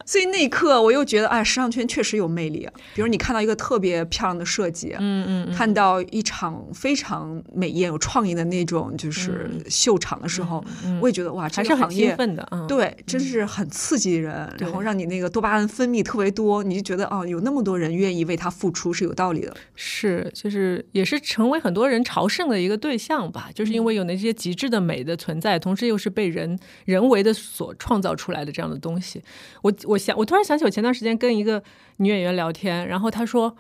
所以那一刻我又觉得，哎，时尚圈确实有魅力。啊比如你看到一个特别漂亮的设计，嗯嗯，看到一场非常美艳、有创意的那种就是秀场的时候，我也觉得哇，这
嗯还
个
是很
行业
兴奋的，嗯，
对，真是很刺激人，然后
对
让你那个多巴胺分泌特别多，你就觉得哦，有那么多人愿意为他付出是有道理的。
是就是也是成为很多人朝圣的一个对象吧，就是因为有那些极致的美的存在，同时又是被人人为的所创造出来的这样的东西。我我想，我突然想起我前段时间跟一个女演员聊天，然后她说。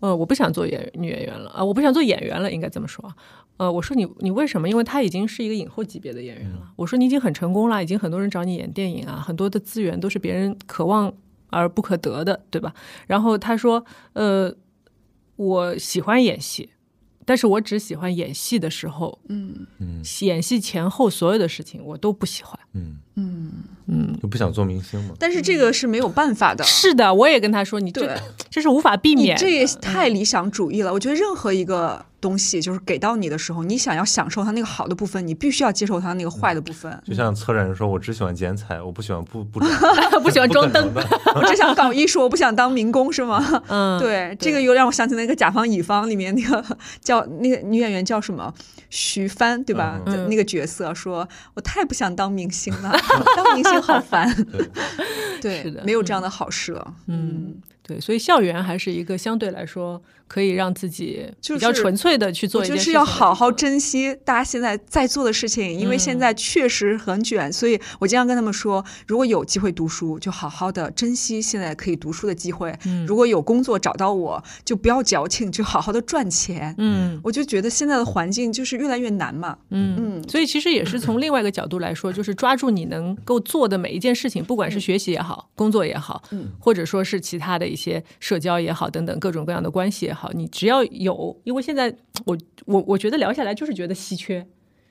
呃，我不想做演女演员了啊、呃我不想做演员了，应该这么说。呃，我说你你为什么？因为他已经是一个影后级别的演员了。我说你已经很成功了，已经很多人找你演电影啊，很多的资源都是别人渴望而不可得的，对吧？然后他说，呃，我喜欢演戏，但是我只喜欢演戏的时候，
嗯
嗯
演戏前后所有的事情我都不喜欢。
嗯，
嗯，
嗯，
就不想做明星嘛。
但是这个是没有办法的，
是的，我也跟他说，你这
对
这是无法避
你
免的。嗯
这也太理想主义了。我觉得任何一个东西，就是给到你的时候，你想要享受它那个好的部分，你必须要接受它那个坏的部
[laughs]
分。
就像策展人说，我只喜欢剪彩，我不喜欢布布展，
不喜欢装灯 [laughs]
不可能的。
我只想搞艺术，我不想当民工，是吗？
嗯，
对，这个又让我想起那个《甲方乙方》里面那个 [laughs] 叫那个女演员叫什么徐帆，对吧？
嗯
嗯
那个角色说：“我太不想当明星了， [laughs] 当明星好烦。[laughs]
对”
对，
是的
没有这样的好事了。
嗯，对，所以校园还是一个相对来说可以让自己
就
比较
是
纯粹的去做
我
一
觉
件事
得
情
是
的嗯地
要
方，
好好珍惜大家现在在做的事情，因为现在确实很卷，所以我经常跟他们说，如果有机会读书，就好好的珍惜现在可以读书的机会；
嗯
如果有工作找到我，就不要矫情，就好好的赚钱。
嗯
我就觉得现在的环境就是越来越难嘛，
嗯，所以其实也是从另外一个角度来说， [coughs] 就是抓住你能够做的每一件事情，不
嗯
管是学习也好，工作也好，或者说是其他的一些社交也好，等等各种各样的关系也好，你只要有，因为现在我我我觉得聊下来就是觉得稀缺，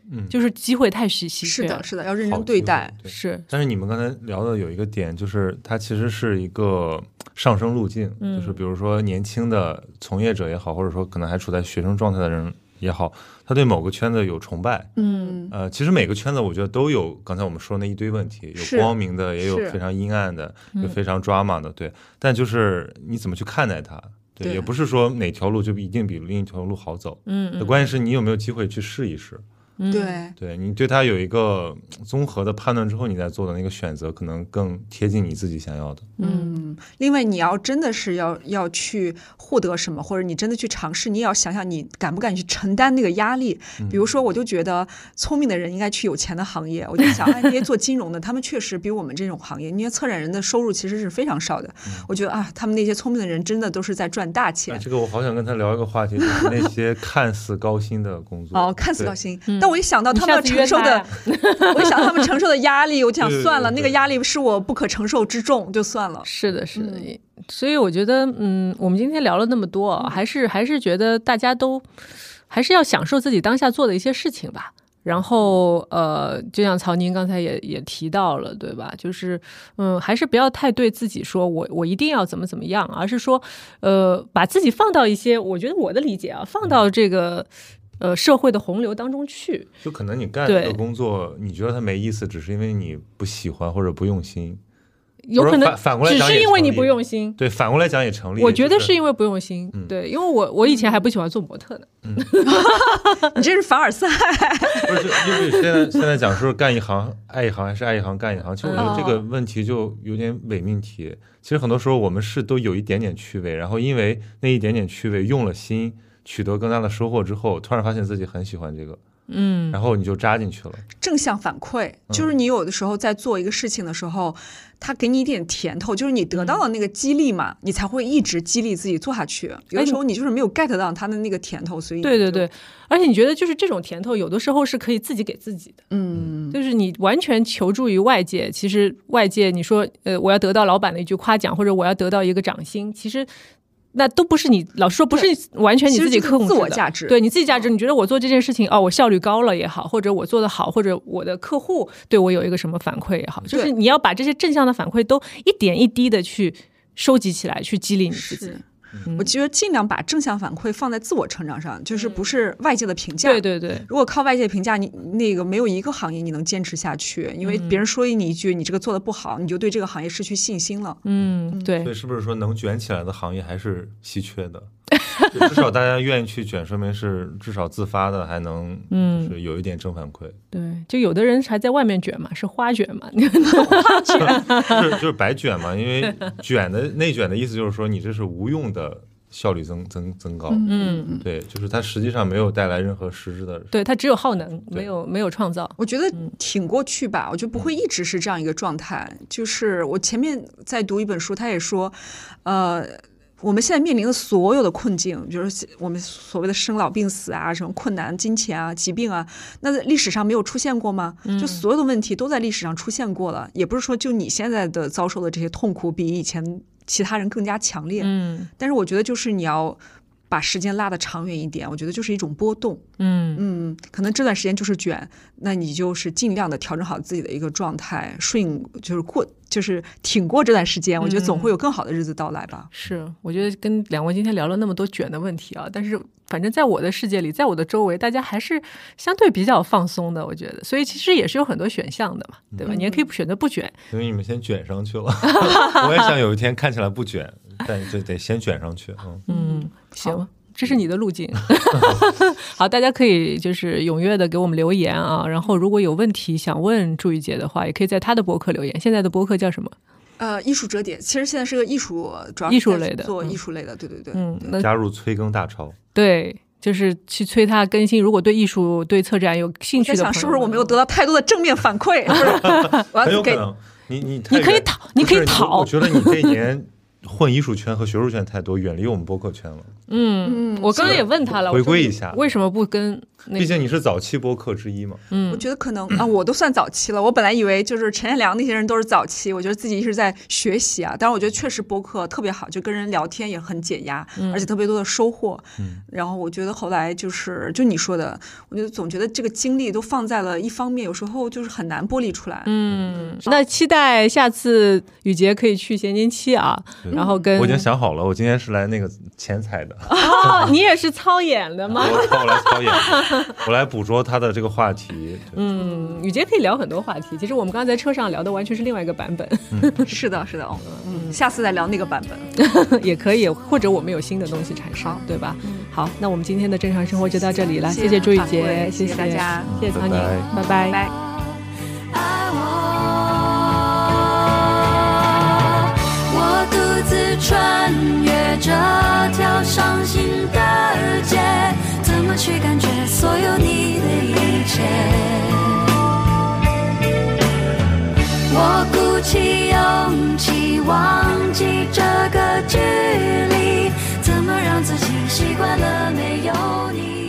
嗯
就是机会太稀稀
是
缺
的，
了，
是的，要认
好
真对
机会
待。。
对
是
但是你们刚才聊的有一个点，就是它其实是一个上升路径，
嗯
就是比如说年轻的从业者也好，或者说可能还处在学生状态的人也好，他对某个圈子有崇拜。
嗯，
呃，其实每个圈子我觉得都有刚才我们说那一堆问题，
是
有光明的，也有
是嗯
非常阴暗的，有非常 drama 的，对。但就是你怎么去看待它？对，
对
也不是说哪条路就一定比另一条路好走，
嗯
那关键是你有没有机会去试一试。嗯
对，
对你对它有一个嗯综合的判断之后，你再做的那个选择，可能更贴近你自己想要的。
嗯，另外你要真的是要要去获得什么，或者你真的去尝试，你也要想想你敢不敢去承担那个压力。比如
嗯
说，我就觉得聪明的人应该去有钱的行业，我就想，哎，那些做金融的，他们确实比我们这种行业，因为策展人的收入其实是非常少的。
嗯
我觉得啊，他们那些聪明的人真的都是在赚大
哎
钱。
这个我好想跟他聊一个话题，就是那些看似高薪的工
[laughs]
作。
哦，看似
对
高。薪，但我一想到
嗯你
他们
下
要
次约
承受
他
的
呀，
[laughs] 我一想到他们承受的压力，我就想
对对
算了，
对
那
对
个压力是我不可承受之重，就
[laughs]
算了。
是的，是的，也所以我觉得，嗯，我们今天聊了那么多啊，还是还是觉得大家都还是要享受自己当下做的一些事情吧。然后，呃，就像曹宁刚才也也提到了，对吧？就是，嗯，还是不要太对自己说我我一定要怎么怎么样，而是说，呃，把自己放到一些，我觉得我的理解啊，放到这个呃社会的洪流当中去，
就可能你干这
对
个工作，你觉得它没意思，只是因为你不喜欢或者不用心。
有可能
反反过来
只
讲
是
也
因为你
成立
不用心，
对，反过来讲也成立。
我觉得
就是嗯
因为不用心，对，因为我我以前还不喜欢做模特呢，
你这是凡尔赛，
不是，就因为现在现在讲说干一行爱一行还是爱一行干一行，其实我觉
嗯
得这个问题就有点伪命题。其实很多时候我们是都有一点点趣味，然后因为那一点点趣味用了心，取得更大的收获之后，突然发现自己很喜欢这个，
[laughs]
嗯
然后你就扎进去了。
正向反馈，
嗯
就是你有的时候在做一个事情的时候，他给你一点甜头，就是你得到
嗯
了那个激励嘛，你才会一直激励自己做下去。有的时候你就是没有 get 到他的那个甜头，所以
哎对对
你就，
对，而且你觉得就是这种甜头，有的时候是可以自己给自己的，
嗯，
就是你完全求助于外界。其实外界你说，呃，我要得到老板的一句夸奖，或者我要得到一个掌心，其实那都不是你，老实说不是完全你
其
自
实
己
就是
控制
自
的。
我价值，嗯
对你自己价值，你觉得我做这件事情，哦，我效率高了也好，或者我做的好，或者我的客户对我有一个什么反馈也好，就是
对
你要把这些正向的反馈都一点一滴的去收集起来，去激励你自己
是。。
嗯
我觉得尽量把正向反馈放在自我成长上，就是不是外界的评
嗯
价。
对对对，
如果靠外界评价，你那个没有一个行业你能坚持下去，因为别人说你一句你这个做的不好，你就对这个行业失去信心了。
嗯，对
所以，是不是说能卷起来的行业还是稀缺的？就至少大家愿意去卷，说明是至少自发的，还能
嗯
就是有一点正反馈，
对，就有的人还在外面卷嘛，是花卷嘛， [laughs]
就是就是白卷嘛。因为卷的内卷的意思就是说你这是无用的效率增增增高。
嗯，
对，就是它实际上没有带来任何实质的。
对，它只有耗能，
对
没有没有创造。
我觉得挺过去吧，我觉得不会一直是这样一个状态。就是我前面在读一本书，他也说，呃，我们现在面临的所有的困境，比如说我们所谓的生老病死啊，什么困难、金钱啊、疾病啊，那在历史上没有出现过吗？就所有的问题都在历史上出现过了，也不是说就你现在的遭受的这些痛苦比以前其他人更加强烈，
嗯
但是我觉得就是你要把时间拉得长远一点，我觉得就是一种波动，
嗯
嗯，可能这段时间就是卷，那你就是尽量的调整好自己的一个状态，顺就是过就是挺过这段时间，我觉得总会有更好的日子到来吧。
是，我觉得跟两位今天聊了那么多卷的问题啊，但是反正在我的世界里，在我的周围，大家还是相对比较放松的，我觉得，所以其实也是有很多选项的嘛，对吧？你也可以选择不卷，
因为你们先卷
[laughs]
上去了，我也想有一天看起来不卷，但就得先卷上去。嗯，
嗯，行。这是你的路 [laughs] 径，好，大家可以就是踊跃的给我们留言啊，然后如果有问题想问朱雨杰的话，也可以在他的博客留言。现在的博客叫什么？
呃，艺术折叠其实现在是个艺术，主要
艺术
在
类的
做
嗯
艺术类的，对对对，
嗯，那
加入催更大潮，
对，就是去催他更新。如果对艺术、对策展有兴
我
趣
在
的朋友们，
想是不是我没有得到太多的正面反馈？
[laughs]
就是我
很有
要
可
给
能你你太
你可以
远
讨，你可以
不是
讨
我。觉得你这一年混艺术圈和学术圈太多，远离我们播客圈了。
嗯，我刚刚也问他了，
回
我说
归
你
一下
为什么不跟那
毕
个？
竟你是早期播客之一嘛。
我觉得可能啊，我都算早期了。我本来以为就是陈彦良那些人都是早期，我觉得自己一直在学习啊。但是我觉得确实播客特别好，就跟人聊天也很解压，而且特别多的收获。
嗯
然后我觉得后来就是就你说的，我就总觉得这个精力都放在了一方面，有时候就是很难剥离出来。
嗯，那期待下次雨杰可以去咸宁期啊，
对
然后跟
我已经想好了，我今天是来那个钱财的，
哦，你也是操演的吗？
我靠，我来操演，我来捕捉他的这个话题。嗯，
嗯，雨杰可以聊很多话题。其实我们刚才在车上聊的完全是另外一个版本， [laughs]
是的，是的，嗯，下次再聊那个版本。
也可以，或者我们有新的东西产生
好，
对吧？好，那我们今天的正常生活就到这里了，嗯谢
谢谢
谢朱雨
反
杰，
馈谢谢大家
谢谢曹宁，
拜
拜
拜。
爱我，我独自穿越这条伤心的街，怎么去感觉所有你的一切？我鼓起勇气忘记这个距离，怎么让自己习惯了没有你？